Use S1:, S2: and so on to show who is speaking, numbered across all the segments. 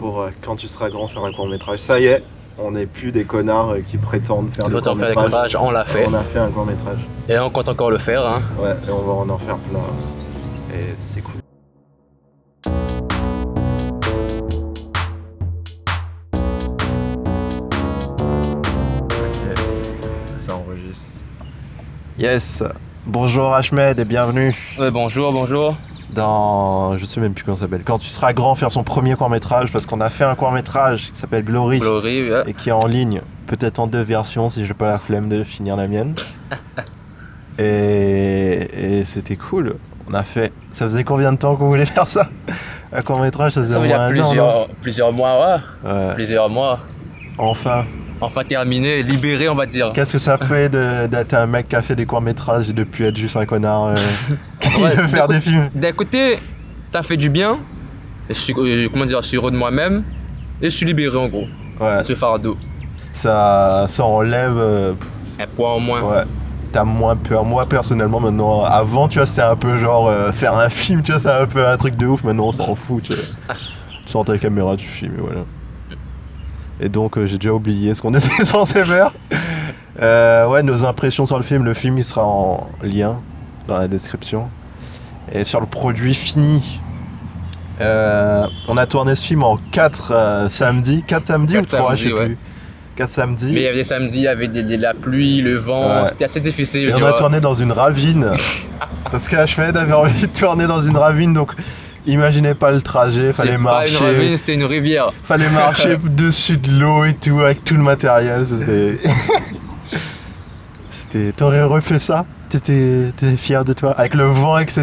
S1: pour euh, quand tu seras grand faire un court métrage. Ça y est, on n'est plus des connards euh, qui prétendent faire
S2: On
S1: des
S2: peut en
S1: courts
S2: faire des
S1: métrages.
S2: comparages, on l'a fait.
S1: On a fait un court métrage.
S2: Et là, on compte encore le faire. Hein.
S1: Ouais, et on va en en faire plein. Et c'est cool.
S3: Ça enregistre. Yes. Bonjour Ahmed et bienvenue
S2: Ouais, Euh, bonjour, bonjour.
S3: dans. Je sais même plus comment ça s'appelle. Quand tu seras grand, faire son premier court métrage parce qu'on a fait un court métrage qui s'appelle Glory
S2: Glory, ouais.
S3: et qui est en ligne, peut-être en deux versions si j'ai pas la flemme de finir la mienne. et et c'était cool. On a fait. Ça faisait combien de temps qu'on voulait faire ça Un court métrage, ça faisait
S2: Ça
S3: au
S2: veut dire
S3: moins un an,
S2: plusieurs, plusieurs mois, ouais.
S3: non Ouais.
S2: Plusieurs mois.
S3: Enfin.
S2: Enfin terminé, libéré, on va dire.
S3: Qu'est-ce que ça fait de- d'être un mec qui a fait des courts-métrages et de plus être juste un connard euh, qui
S2: Ouais,
S3: veut faire des films
S2: D'un côté, ça fait du bien. Je suis, euh, comment dire, je suis heureux de moi-même. Et je suis libéré, en gros,
S3: Ouais,
S2: à ce fardeau.
S3: ça, ça enlève. euh, pff,
S2: Un poids en moins.
S3: ouais, t'as moins peur. Moi, personnellement, maintenant, avant, tu vois, c'était un peu genre euh, faire un film, tu vois, c'est un peu un truc de ouf. Maintenant, on s'en fout, tu vois. tu sors ta caméra, tu filmes, et voilà. Et donc, euh, j'ai déjà oublié ce qu'on était censé faire. Euh, ouais, nos impressions sur le film. Le film, il sera en lien dans la description. Et sur le produit fini. euh, on a tourné ce film en 4 samedis. 4 samedis
S2: Quatre
S3: ou 3 Je sais
S2: samedis, ouais.
S3: plus. 4 samedis.
S2: Mais il y avait des samedis, il y avait des- des- la pluie, le vent.
S3: Ouais.
S2: C'était assez difficile.
S3: Et
S2: tu
S3: on a
S2: vois.
S3: tourné dans une ravine. parce qu'Ashmed avait envie de tourner dans une ravine, donc imaginez pas le trajet.
S2: C'est
S3: Fallait
S2: pas une
S3: marcher,
S2: ravine, c'était une rivière.
S3: fallait marcher dessus de l'eau et tout, avec tout le matériel. C'était. C'était- T'aurais refait ça T'étais t'étais fier de toi Avec le vent, etc.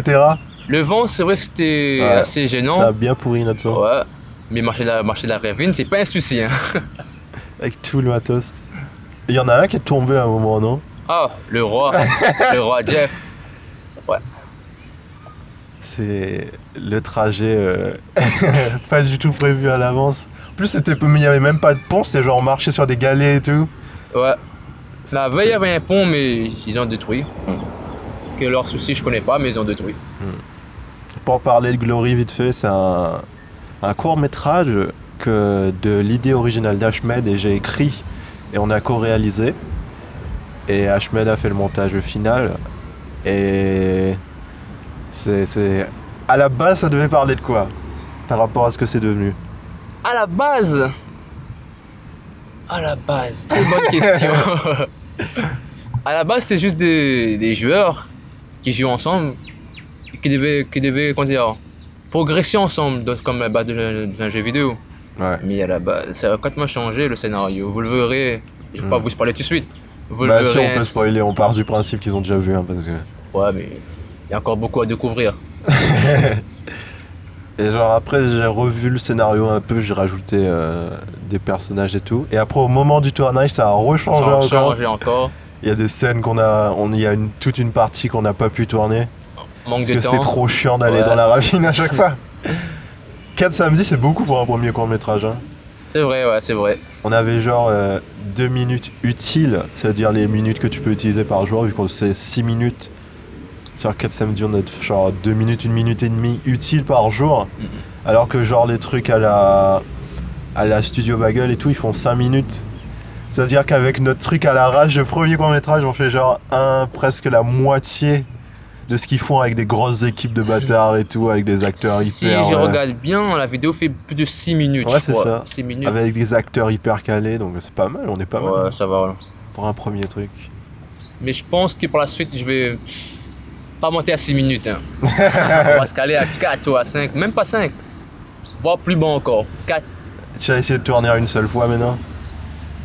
S2: Le vent, c'est vrai que c'était
S3: Ouais.
S2: assez
S3: Ça a
S2: gênant.
S3: bien pourri notre soirée.
S2: Ouais. Mais marcher la, marcher la ravine, c'est pas un souci. Hein.
S3: Avec tout le matos. Il y en a un qui est tombé à un moment, non
S2: Ah, le roi. le roi Jeff.
S3: C'est le trajet euh, pas du tout prévu à l'avance. En plus, c'était mais il y avait même pas de pont, c'était genre marcher sur des galets et tout.
S2: Ouais. La veille, il y avait un pont, mais ils ont détruit. Que leur souci, je connais pas, mais ils ont détruit.
S3: Pour parler de Glory vite fait, c'est un, un court métrage que de l'idée originale d'Ahmed et j'ai écrit et on a co-réalisé. Et Ahmed a fait le montage final. Et c'est, c'est- À la base, ça devait parler de quoi Par rapport à ce que c'est devenu.
S2: À la base. À la base. Très bonne question. à la base, c'était juste des, des joueurs qui jouent ensemble. et Qui devaient, qui devaient comment dire, progresser ensemble, donc comme la base de- d'un jeu vidéo.
S3: Ouais.
S2: Mais à la base, ça a complètement changé le scénario. Vous le verrez. Je vais pas
S3: Hmm.
S2: vous spoiler tout de suite. Vous
S3: Bah,
S2: le
S3: si
S2: verrez.
S3: on peut spoiler, on part du principe qu'ils ont déjà vu. hein, parce que...
S2: ouais, mais il y a encore beaucoup à découvrir.
S3: Et genre après j'ai revu le scénario un peu, j'ai rajouté euh, des personnages et tout. Et après au moment du tournage ça a rechangé
S2: Ça a
S3: encore.
S2: changé encore.
S3: Il y a des scènes qu'on a, on il y a une, toute une partie qu'on n'a pas pu tourner
S2: Manque
S3: parce que
S2: de
S3: c'était
S2: temps.
S3: trop chiant d'aller
S2: Ouais.
S3: dans la ravine à chaque fois. 4 samedis c'est beaucoup pour un premier court métrage. hein.
S2: C'est vrai, ouais, c'est vrai.
S3: On avait genre 2 minutes utiles, c'est-à-dire les minutes que tu peux utiliser par jour vu qu'on sait 6 minutes. Sur 4 samedis on a genre 2 minutes, 1 minute et demie utiles par jour.
S2: Mhm.
S3: Alors que genre les trucs à la à la studio bagel et tout, ils font 5 minutes. C'est-à-dire qu'avec notre truc à l'arrache de premier court métrage, on fait genre un presque la moitié de ce qu'ils font avec des grosses équipes de bâtards et tout, avec des acteurs
S2: si
S3: hyper
S2: je
S3: euh,
S2: regarde bien, la vidéo fait plus de 6 minutes.
S3: Ouais,
S2: je
S3: c'est
S2: crois.
S3: ça.
S2: 6 minutes.
S3: avec des acteurs hyper calés, donc c'est pas mal, on est pas mal
S2: Ouais, ça va.
S3: pour un premier truc.
S2: Mais je pense que pour la suite, je vais pas monter à 6 minutes. hein. On va se caler à 4 ou à 5, même pas 5. Voire plus bon encore. 4,
S3: Tu as essayé de tourner une seule fois maintenant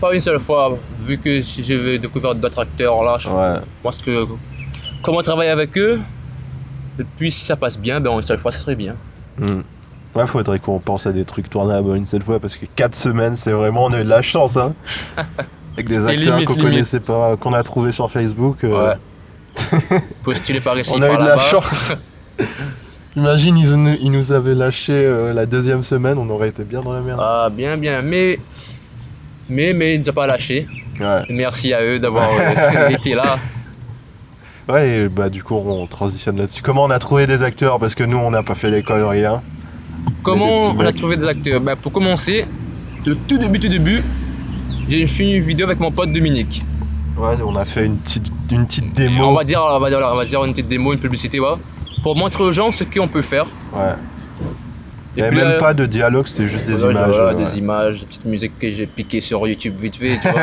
S2: pas une seule fois, vu que je vais découvrir d'autres acteurs là. Je
S3: Ouais.
S2: pense que comment travailler avec eux, et puis si ça passe bien, ben une seule fois, ça serait bien.
S3: Hmm. Ouais, faudrait qu'on pense à des trucs tournables une seule fois parce que 4 semaines, c'est vraiment, on a eu de la chance, hein. Avec des
S2: C'était
S3: acteurs
S2: limite,
S3: qu'on
S2: limite.
S3: connaissait pas, qu'on a trouvé sur Facebook. euh,
S2: Ouais. Postuler par ici,
S3: on a
S2: par
S3: eu de la
S2: là-bas.
S3: chance. Imagine, ils, nous- ils nous avaient lâché euh, la deuxième semaine, on aurait été bien dans la merde.
S2: Ah, bien, bien. Mais, mais, mais, ils nous ont pas lâché.
S3: Ouais.
S2: Merci à eux d'avoir euh, été là.
S3: Ouais, et bah du coup, on transitionne là-dessus. Comment on a trouvé des acteurs Parce que nous, on n'a pas fait l'école, rien.
S2: Comment
S3: petits
S2: on a
S3: mecs.
S2: trouvé des acteurs bah, Pour commencer, le tout début, tout début, j'ai fait une vidéo avec mon pote Dominique.
S3: Ouais, on a fait une petite, une petite
S2: On
S3: démo.
S2: va dire, on va dire, on va dire une petite démo, une publicité, voilà, pour montrer aux gens ce qu'on peut faire.
S3: Ouais. Il n'y avait
S2: puis,
S3: Ben, même
S2: euh,
S3: pas de dialogue, c'était juste des
S2: Ouais,
S3: images. euh,
S2: voilà,
S3: ouais.
S2: des images, des petites musiques que j'ai piquées sur YouTube vite fait, tu vois.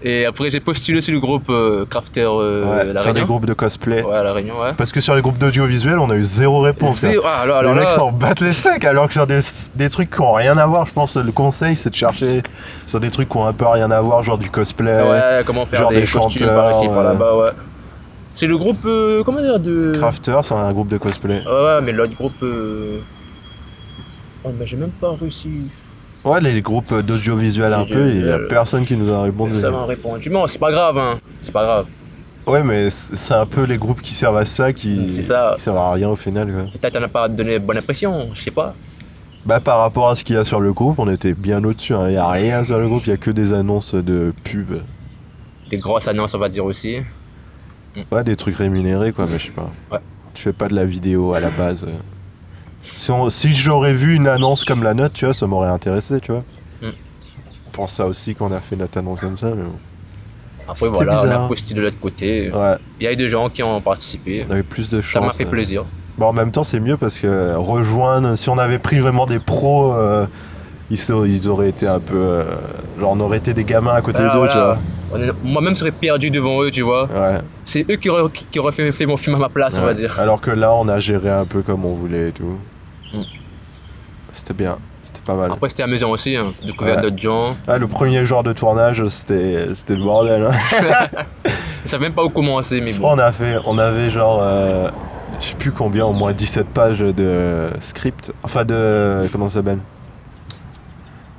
S2: Et après, j'ai postulé sur le groupe euh, Crafter euh,
S3: Ouais,
S2: La
S3: sur des
S2: Réunion.
S3: groupes de cosplay.
S2: Ouais, à La Réunion, ouais.
S3: Parce que sur les groupes d'audiovisuel, on a eu zéro réponse. quoi.
S2: Zéro- ah, alors, alors
S3: les mecs
S2: là,
S3: s'en battent les steaks alors que sur des, des trucs qui ont rien à voir, je pense le conseil c'est de chercher sur des trucs qui ont un peu rien à voir, genre du cosplay.
S2: ouais, comment faire
S3: euh, Genre
S2: des,
S3: des
S2: costumes
S3: chanteurs,
S2: par ici, par
S3: ouais.
S2: là-bas, ouais. C'est le groupe, euh, comment dire, de...
S3: Crafter, c'est un groupe de cosplay.
S2: Ouais, ouais, mais l'autre groupe... euh, Oh, mais j'ai même pas réussi.
S3: Ouais, les groupes d'audiovisuel un peu, il y a
S2: Audiovisuel.
S3: personne qui nous a répondu.
S2: Ça m'a répondu. Mais bon, c'est pas grave, hein. C'est pas grave.
S3: Ouais, mais c'est c'est un peu les groupes qui servent à ça qui,
S2: C'est ça.
S3: qui servent à rien au final. quoi.
S2: Peut-être on n'a pas donné bonne impression, je sais pas.
S3: Bah, par rapport à ce qu'il y a sur le groupe, on était bien au-dessus. hein. Il y a rien sur le groupe, il y a que des annonces de pub.
S2: Des grosses annonces, on va dire aussi.
S3: Ouais, des trucs rémunérés, quoi, mais je sais pas.
S2: Ouais.
S3: Tu fais pas de la vidéo à la base. euh. Si, on- si j'aurais vu une annonce comme la note, tu vois, ça m'aurait intéressé, tu vois.
S2: Mm.
S3: Pour ça aussi qu'on a fait notre annonce comme ça, mais bon.
S2: Après,
S3: C'était
S2: voilà, on a
S3: bizarre.
S2: posté de l'autre côté.
S3: Ouais,
S2: Il y a eu des gens qui ont participé.
S3: on avait plus de chance.
S2: Ça m'a fait
S3: euh.
S2: plaisir.
S3: Bah, en même temps, c'est mieux parce que rejoindre, si on avait pris vraiment des pros, euh, ils, sa- ils auraient été un peu. euh, genre, on aurait été des gamins à côté
S2: Ah,
S3: d'eux,
S2: voilà. On est- Moi-même, serais perdu devant eux, tu vois.
S3: tu vois. Ouais.
S2: C'est eux qui auraient, qui- qui auraient fait, fait mon film à ma place, on va
S3: Ouais.
S2: dire.
S3: Alors que là, on a géré un peu comme on voulait et tout.
S2: Mm.
S3: C'était bien, c'était pas mal.
S2: Après, c'était amusant aussi, hein. J'ai découvert
S3: Ouais.
S2: d'autres gens.
S3: Ah, le premier jour de tournage, c'était c'était le bordel. hein.
S2: Ils savent même pas où commencer, mais
S3: Je
S2: bon.
S3: crois qu'on a fait, on avait genre, euh, je sais plus combien, au moins 17 pages de script, enfin de, comment ça s'appelle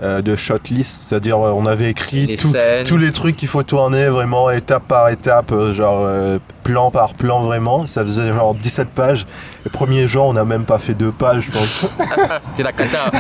S3: Euh, De shot list, c'est-à-dire euh, on avait écrit
S2: Les
S3: tout-
S2: scènes.
S3: tous les trucs qu'il faut tourner vraiment étape par étape, euh, genre euh, plan par plan vraiment. Ça faisait genre 17 pages. Le premier jour, on n'a même pas fait deux pages, je pense.
S2: C'était la cata.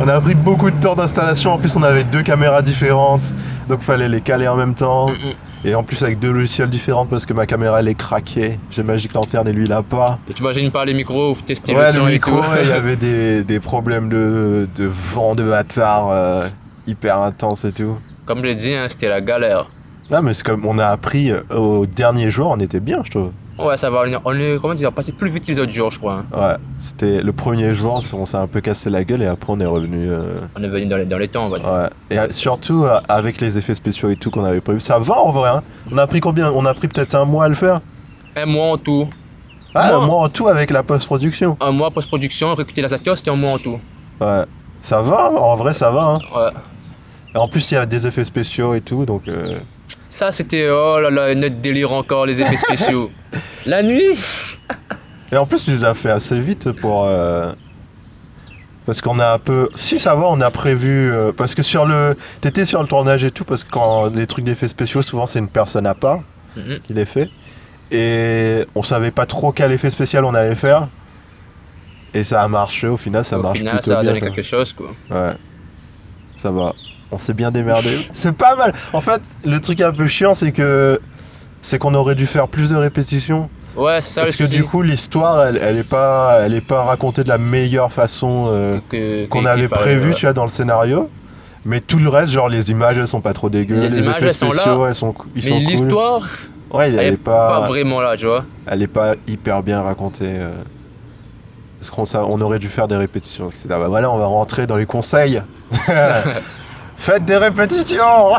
S3: On a pris beaucoup de temps d'installation, en plus on avait deux caméras différentes, donc fallait les caler en même temps.
S2: Mm, mm.
S3: Et en plus avec deux logiciels différents parce que ma caméra elle est craquée, j'ai Magic Lantern et lui il a pas.
S2: Et tu imagines pas les micros, vous testez
S3: ouais
S2: le son
S3: le
S2: et tout.
S3: micro, ouais, il y avait des, des problèmes de, de vent de bâtard euh, hyper intense et tout.
S2: Comme je l'ai dit, hein, c'était la galère.
S3: Non mais c'est comme on a appris euh, au dernier jour, on était bien je trouve.
S2: Ouais, ça va. on est- On est, comment dire, passé plus vite que les autres jours, je crois. hein.
S3: Ouais, c'était le premier jour, on s'est un peu cassé la gueule et après on est revenu... euh,
S2: On est venu dans les, dans les temps, on va dire.
S3: Ouais. Et euh, surtout euh, avec les effets spéciaux et tout qu'on avait prévu, ça va en vrai. hein. On a pris combien On a pris peut-être un mois à le faire.
S2: Un mois en tout.
S3: Ah,
S2: Mois.
S3: un mois en tout avec la post-production.
S2: Un mois post-production, recruter les acteurs, c'était un mois en tout.
S3: Ouais. Ça va, en vrai ça va. hein.
S2: Ouais.
S3: Et en plus il y a des effets spéciaux et tout, donc euh,
S2: Ça, c'était oh là là, notre délire encore, les effets spéciaux. la nuit
S3: et en plus il les a fait assez vite pour euh, parce qu'on a un peu si ça va on a prévu euh, parce que sur le t'étais sur le tournage et tout parce que quand les trucs d'effets spéciaux souvent c'est une personne à part
S2: Mhm.
S3: qui les fait et on savait pas trop quel effet spécial on allait faire et ça a marché au final ça
S2: Au
S3: marche
S2: final,
S3: plutôt
S2: ça a
S3: bien
S2: donné
S3: quoi.
S2: quelque chose, quoi.
S3: Ouais. Ça va. On s'est bien démerdé. c'est pas mal. En fait, le truc un peu chiant, c'est que. C'est qu'on aurait dû faire plus de répétitions.
S2: Ouais, c'est ça
S3: parce que
S2: le souci.
S3: du coup, l'histoire, elle, elle, est pas, elle est pas racontée de la meilleure façon euh,
S2: que-
S3: qu'on
S2: qu'il
S3: avait
S2: fallait,
S3: prévu,
S2: ouais.
S3: tu vois, dans le scénario. Mais tout le reste, genre les images, elles sont pas trop dégueu.
S2: Les
S3: Les,
S2: images,
S3: effets
S2: elles sont là.
S3: spéciaux, elles sont, cou- ils sont
S2: Mais
S3: cool.
S2: l'histoire,
S3: Ouais, elle,
S2: elle est
S3: est pas,
S2: pas vraiment là, tu vois.
S3: elle est pas hyper bien racontée. euh. Parce qu'on sa- on aurait dû faire des répétitions. C'est ah bah voilà, on va rentrer dans les conseils. Faites des répétitions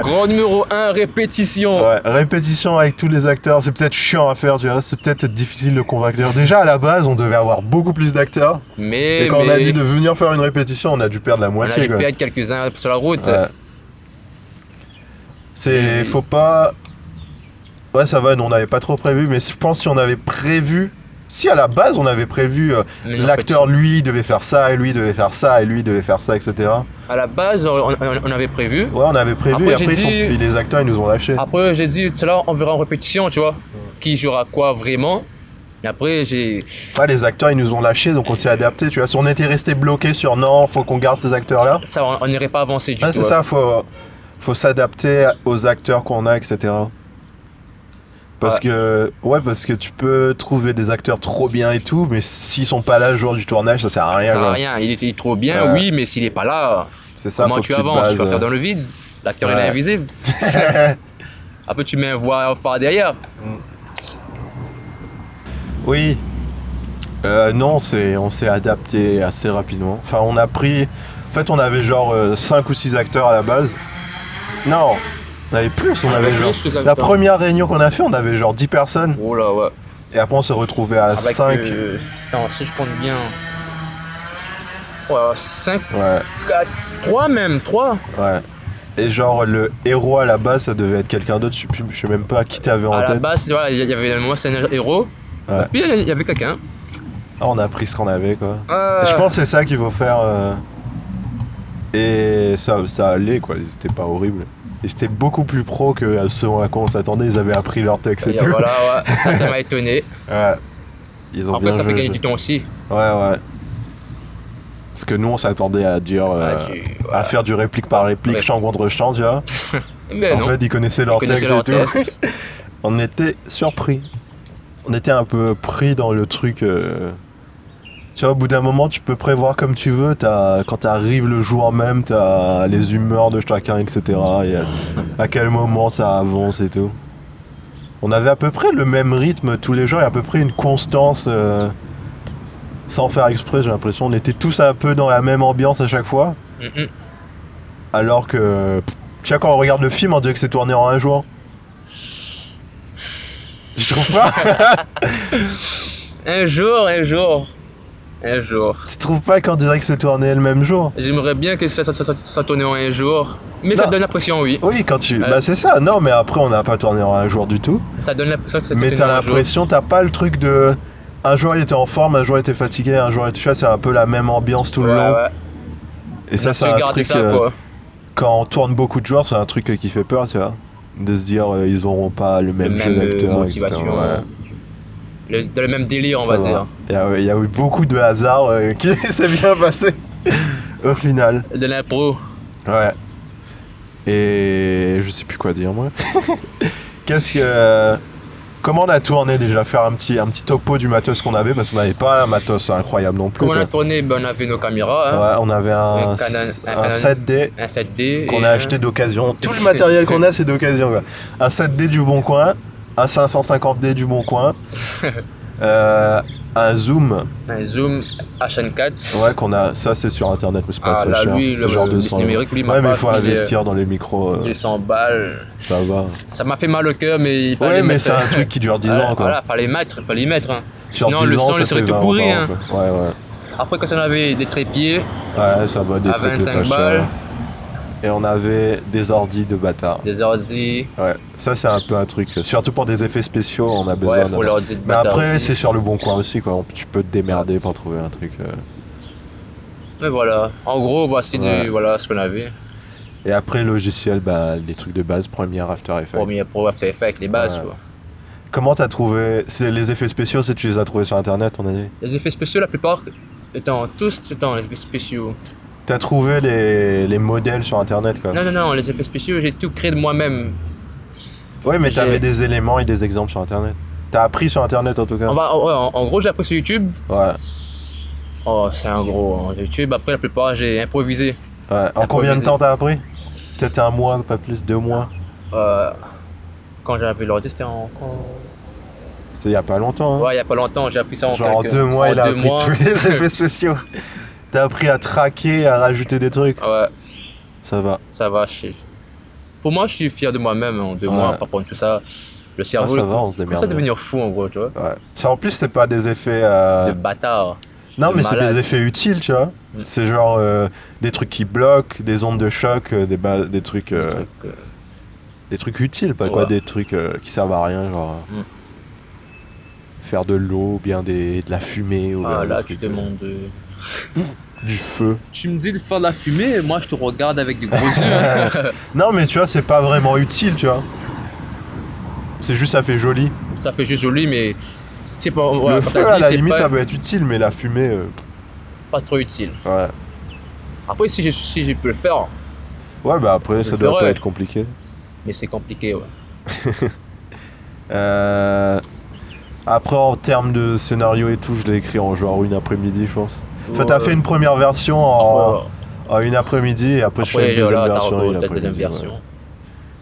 S2: Grand numéro 1, répétition.
S3: Ouais, répétition avec tous les acteurs, c'est peut-être chiant à faire, tu vois, c'est peut-être difficile de convaincre. les gens. Déjà à la base, on devait avoir beaucoup plus d'acteurs.
S2: Mais,
S3: Et, quand on a
S2: Eh mais-
S3: dit de venir faire une répétition, on a dû perdre la
S2: on a
S3: moitié.
S2: dû
S3: quoi.
S2: perdre quelques-uns sur la route.
S3: Ouais. C'est. Faut pas. Ouais, ça va, nous, on n'avait pas trop prévu, mais je pense si on avait prévu. Si à la base on avait prévu euh,
S2: Mais non,
S3: l'acteur, lui, il devait faire ça, et lui, il devait faire ça, et lui, il devait faire ça, etc.
S2: en fait, À la base, on, on- on avait prévu.
S3: Ouais, on avait prévu,
S2: Après,
S3: et après,
S2: j'ai
S3: ils sont-
S2: dit- Ah.
S3: et les acteurs, ils nous ont lâchés.
S2: Après, j'ai dit, cela, on verra en répétition, tu vois. Qui jouera quoi vraiment. Mais après, j'ai.
S3: Ouais, les acteurs, ils nous ont lâchés, donc on s'est adapté, tu vois. Si on était resté bloqué sur non, faut qu'on garde ces acteurs-là.
S2: Ça, on on n'irait pas avancer du
S3: Ouais,
S2: tout. hein.
S3: c'est ça, faut, faut s'adapter aux acteurs qu'on a, etc. Parce que, ouais, parce que tu peux trouver des acteurs trop bien et tout, mais s'ils sont pas là le jour du tournage, ça sert à rien.
S2: ça sert à
S3: quoi.
S2: rien. Il est, il est trop bien,
S3: Ouais.
S2: oui, mais s'il est pas là,
S3: C'est ça,
S2: comment
S3: faut que
S2: tu
S3: te
S2: avances Tu vas
S3: bases,
S2: faire dans le vide. L'acteur il
S3: Ouais.
S2: est invisible. Après tu mets un voix off par derrière.
S3: Oui. Euh, non, c'est, on s'est adapté assez rapidement. Enfin, on a pris. En fait, on avait genre 5 ou 6 acteurs à la base. Non, on avait plus. On,
S2: On
S3: avait,
S2: avait plus
S3: genre.
S2: que cinq
S3: la
S2: acteurs.
S3: première réunion qu'on a fait, on avait genre 10 personnes.
S2: Oh là ouais.
S3: Et après, on s'est retrouvés à
S2: Avec
S3: 5.
S2: euh, attends, si je compte bien. Ouais, 5,
S3: Ouais,
S2: 4, 3 même, 3.
S3: ouais. Et genre, le héros à la base, ça devait être quelqu'un d'autre. Je sais, plus- je sais même pas qui t'avais en
S2: À la
S3: tête.
S2: base, voilà, il y avait moi c'est un héros.
S3: Ouais.
S2: Et puis il y avait quelqu'un.
S3: Ah, on a pris ce qu'on avait, quoi.
S2: Euh,
S3: Je pense que c'est ça qu'il faut faire. euh, Et ça, ça allait, quoi. Ils étaient pas horribles. Ils étaient beaucoup plus pros que euh, ce à quoi on s'attendait. Ils avaient appris leur texte et
S2: et
S3: tout.
S2: Voilà, ouais, ça, ça m'a étonné.
S3: Ouais. Ils ont
S2: Après,
S3: bien
S2: ça fait
S3: joué,
S2: gagner
S3: je-
S2: du temps aussi.
S3: Ouais, ouais. Parce que nous, on s'attendait à dire. euh,
S2: Ah, tu-
S3: À faire du réplique par réplique,
S2: Ouais.
S3: chant contre chant, tu vois.
S2: Mais
S3: en
S2: non,
S3: fait, ils connaissaient leur
S2: ils connaissaient
S3: texte
S2: leur
S3: et tout.
S2: texte.
S3: On était surpris. On était un peu pris dans le truc. euh, Tu vois, au bout d'un moment, tu peux prévoir comme tu veux. T'as... Quand t'arrives le jour même, t'as les humeurs de chacun, etc. Et à... à quel moment ça avance et tout. On avait à peu près le même rythme tous les jours et à peu près une constance. euh, Sans faire exprès, j'ai l'impression. On était tous un peu dans la même ambiance à chaque fois.
S2: Mhm.
S3: Alors que. pff, Tu vois, quand on regarde le film, on dirait que c'est tourné en un jour. Je trouve pas
S2: Un jour, un jour, un jour.
S3: Tu trouves pas qu'on dirait que c'est tourné le même jour
S2: J'aimerais bien que ça, ça, ça, ça- ça tourne en un jour. Mais
S3: Non.
S2: ça donne l'impression, oui.
S3: Oui, quand tu.
S2: Ouais.
S3: Bah, c'est ça, non, mais après, on n'a pas tourné en un jour du tout.
S2: Ça donne l'impression que ça
S3: mais
S2: tourne
S3: t'as
S2: en un jour.
S3: l'impression, t'as pas le truc de. Un jour, il était en forme, un jour, il était fatigué, un jour, il était. Tu vois, c'est un peu la même ambiance tout le
S2: Ouais,
S3: long.
S2: ouais.
S3: Et ça,
S2: Là,
S3: c'est
S2: tu
S3: un
S2: gardes
S3: truc.
S2: ça,
S3: euh,
S2: quoi.
S3: quand on tourne beaucoup de joueurs, c'est un truc euh, qui fait peur, tu vois. De se dire, euh, ils auront pas le même,
S2: Le
S3: jeu
S2: même, euh,
S3: d'acteur.
S2: motivation,
S3: etc., ouais.
S2: Le- dans le même délire, on
S3: Ça
S2: va dire.
S3: Il y, a, il y a eu beaucoup de hasards euh, qui s'est bien passé au final.
S2: De l'impro.
S3: Ouais. Et je sais plus quoi dire moi. Qu'est-ce que. euh, Comment on a tourné déjà Faire un petit, un petit topo du matos qu'on avait parce qu'on n'avait pas un matos incroyable non plus.
S2: Comme on a
S3: quoi.
S2: tourné, ben, on avait nos caméras, hein.
S3: Ouais, on avait un,
S2: Un Canon- un
S3: un
S2: Canon.
S3: 7D
S2: un 7D.
S3: qu'on
S2: et euh,
S3: a
S2: un-
S3: acheté d'occasion. Tout le matériel qu'on a, c'est d'occasion. quoi. Un 7D du Bon Coin, un 550D du Bon Coin, euh, un zoom.
S2: Un zoom HN4.
S3: Ouais, qu'on a. Ça, c'est sur internet, mais c'est pas
S2: Ah
S3: très
S2: là,
S3: cher.
S2: lui,
S3: c'est
S2: le,
S3: genre
S2: le
S3: 200
S2: business numérique, lui, il m'a
S3: Ouais, mais
S2: pas
S3: il faut
S2: filé
S3: investir dans les micros, euh,
S2: 200 balles.
S3: ça va.
S2: Ça m'a fait mal au cœur, mais il fallait
S3: Ouais, mais
S2: mettre- euh,
S3: c'est un truc qui dure 10
S2: Voilà,
S3: ans, quoi.
S2: Voilà, fallait mettre, fallait y mettre. hein.
S3: Sur
S2: Sinon,
S3: 10
S2: le
S3: ans,
S2: sang,
S3: ça
S2: il serait
S3: fait
S2: tout
S3: 20
S2: pourri,
S3: ans,
S2: hein.
S3: quoi. Ouais, ouais.
S2: Après, quand on avait des trépieds
S3: Ouais, ça va, des
S2: à
S3: trucs de
S2: 25
S3: pas cher.
S2: balles,
S3: Et on avait des ordis de bâtard.
S2: des ordi,
S3: Ouais, ça, c'est un peu un truc. euh, Surtout pour des effets spéciaux, on a besoin
S2: ouais,
S3: d'un-
S2: faut leur dire de
S3: Mais
S2: battre
S3: après,
S2: aussi.
S3: c'est sur le bon coin aussi, quoi. On- Tu peux te démerder pour trouver un truc. euh.
S2: Mais voilà, en gros, voici du-
S3: Ouais.
S2: voilà ce qu'on avait.
S3: Et après, logiciel, bah, des trucs de base, première After Effects.
S2: Premier Pro After Effects, les bases
S3: Ouais.
S2: quoi.
S3: Comment t'as trouvé c'est les effets spéciaux si tu les as trouvés sur internet, on a dit
S2: Les effets spéciaux, la plupart étant tous étant les effets spéciaux.
S3: T'as trouvé les, les modèles sur internet, quoi.
S2: Non, non, non, les effets spéciaux, j'ai tout créé de moi-même.
S3: Ouais, mais
S2: J'ai-
S3: t'avais des éléments et des exemples sur internet. T'as appris sur internet en tout cas.
S2: On va, oh, ouais, en, en gros, j'ai appris sur YouTube.
S3: Ouais,
S2: Oh, c'est un gros hein, YouTube. Après, la plupart, j'ai improvisé.
S3: ouais. En combien de
S2: Improvisé.
S3: temps t'as appris Peut-être un mois, pas plus, deux mois.
S2: Euh, quand j'avais l'ordi, c'était en. quand-
S3: C'est il y a pas longtemps. hein.
S2: Ouais, il y a pas longtemps, j'ai appris ça en
S3: Genre en
S2: quelques-
S3: deux mois,
S2: en
S3: il a
S2: deux
S3: appris
S2: mois.
S3: tous les effets spéciaux. T'as appris à traquer, à rajouter des trucs.
S2: Ouais,
S3: Ça va.
S2: ça va. je suis- Pour moi, je suis fier de moi-même en deux
S3: Ouais.
S2: mois par rapport à tout ça. Le
S3: Ah,
S2: cerveau,
S3: ça
S2: il
S3: va, on se
S2: commence à
S3: démerde.
S2: devenir fou en gros, tu vois.
S3: Ouais. Ça, en plus, c'est pas des effets.
S2: De
S3: euh,
S2: bâtard.
S3: Non,
S2: de
S3: mais c'est
S2: malade.
S3: des effets utiles, tu vois.
S2: Mm.
S3: C'est genre euh, des trucs qui bloquent, des ondes de choc, euh, des, ba- des trucs. euh,
S2: des trucs, euh,
S3: Des trucs utiles, pas quoi,
S2: Ouais.
S3: des trucs euh, qui servent à rien, genre. euh,
S2: Mm.
S3: Faire de l'eau, ou bien des, de la fumée, ou bien
S2: Ah
S3: des
S2: là, tu
S3: trucs,
S2: te
S3: euh,
S2: demandes. euh,
S3: du feu.
S2: Tu me dis de faire de la fumée, et moi je te regarde avec des gros yeux. hein.
S3: Non, mais tu vois, c'est pas vraiment utile, tu vois. C'est juste, ça fait joli.
S2: ça fait juste joli, mais c'est pas, voilà,
S3: le
S2: comme
S3: feu,
S2: t'as
S3: à
S2: dit,
S3: la
S2: c'est
S3: limite,
S2: pas,
S3: ça peut être utile, mais la fumée, euh,
S2: pas trop utile.
S3: ouais.
S2: Après, si je, si je peux le faire,
S3: Ouais, bah après,
S2: Je
S3: ça
S2: le
S3: doit
S2: ferai.
S3: pas être compliqué.
S2: mais c'est compliqué. Ouais.
S3: Euh, Après, en termes de scénario et tout, je l'ai écrit en genre une après-midi, je pense. Enfin, t'as fait une première version en, en une après-midi et après, je fais
S2: Après,
S3: une deuxième
S2: voilà, t'as
S3: version.
S2: repris
S3: une
S2: ta deuxième
S3: après-midi,
S2: version.
S3: ouais.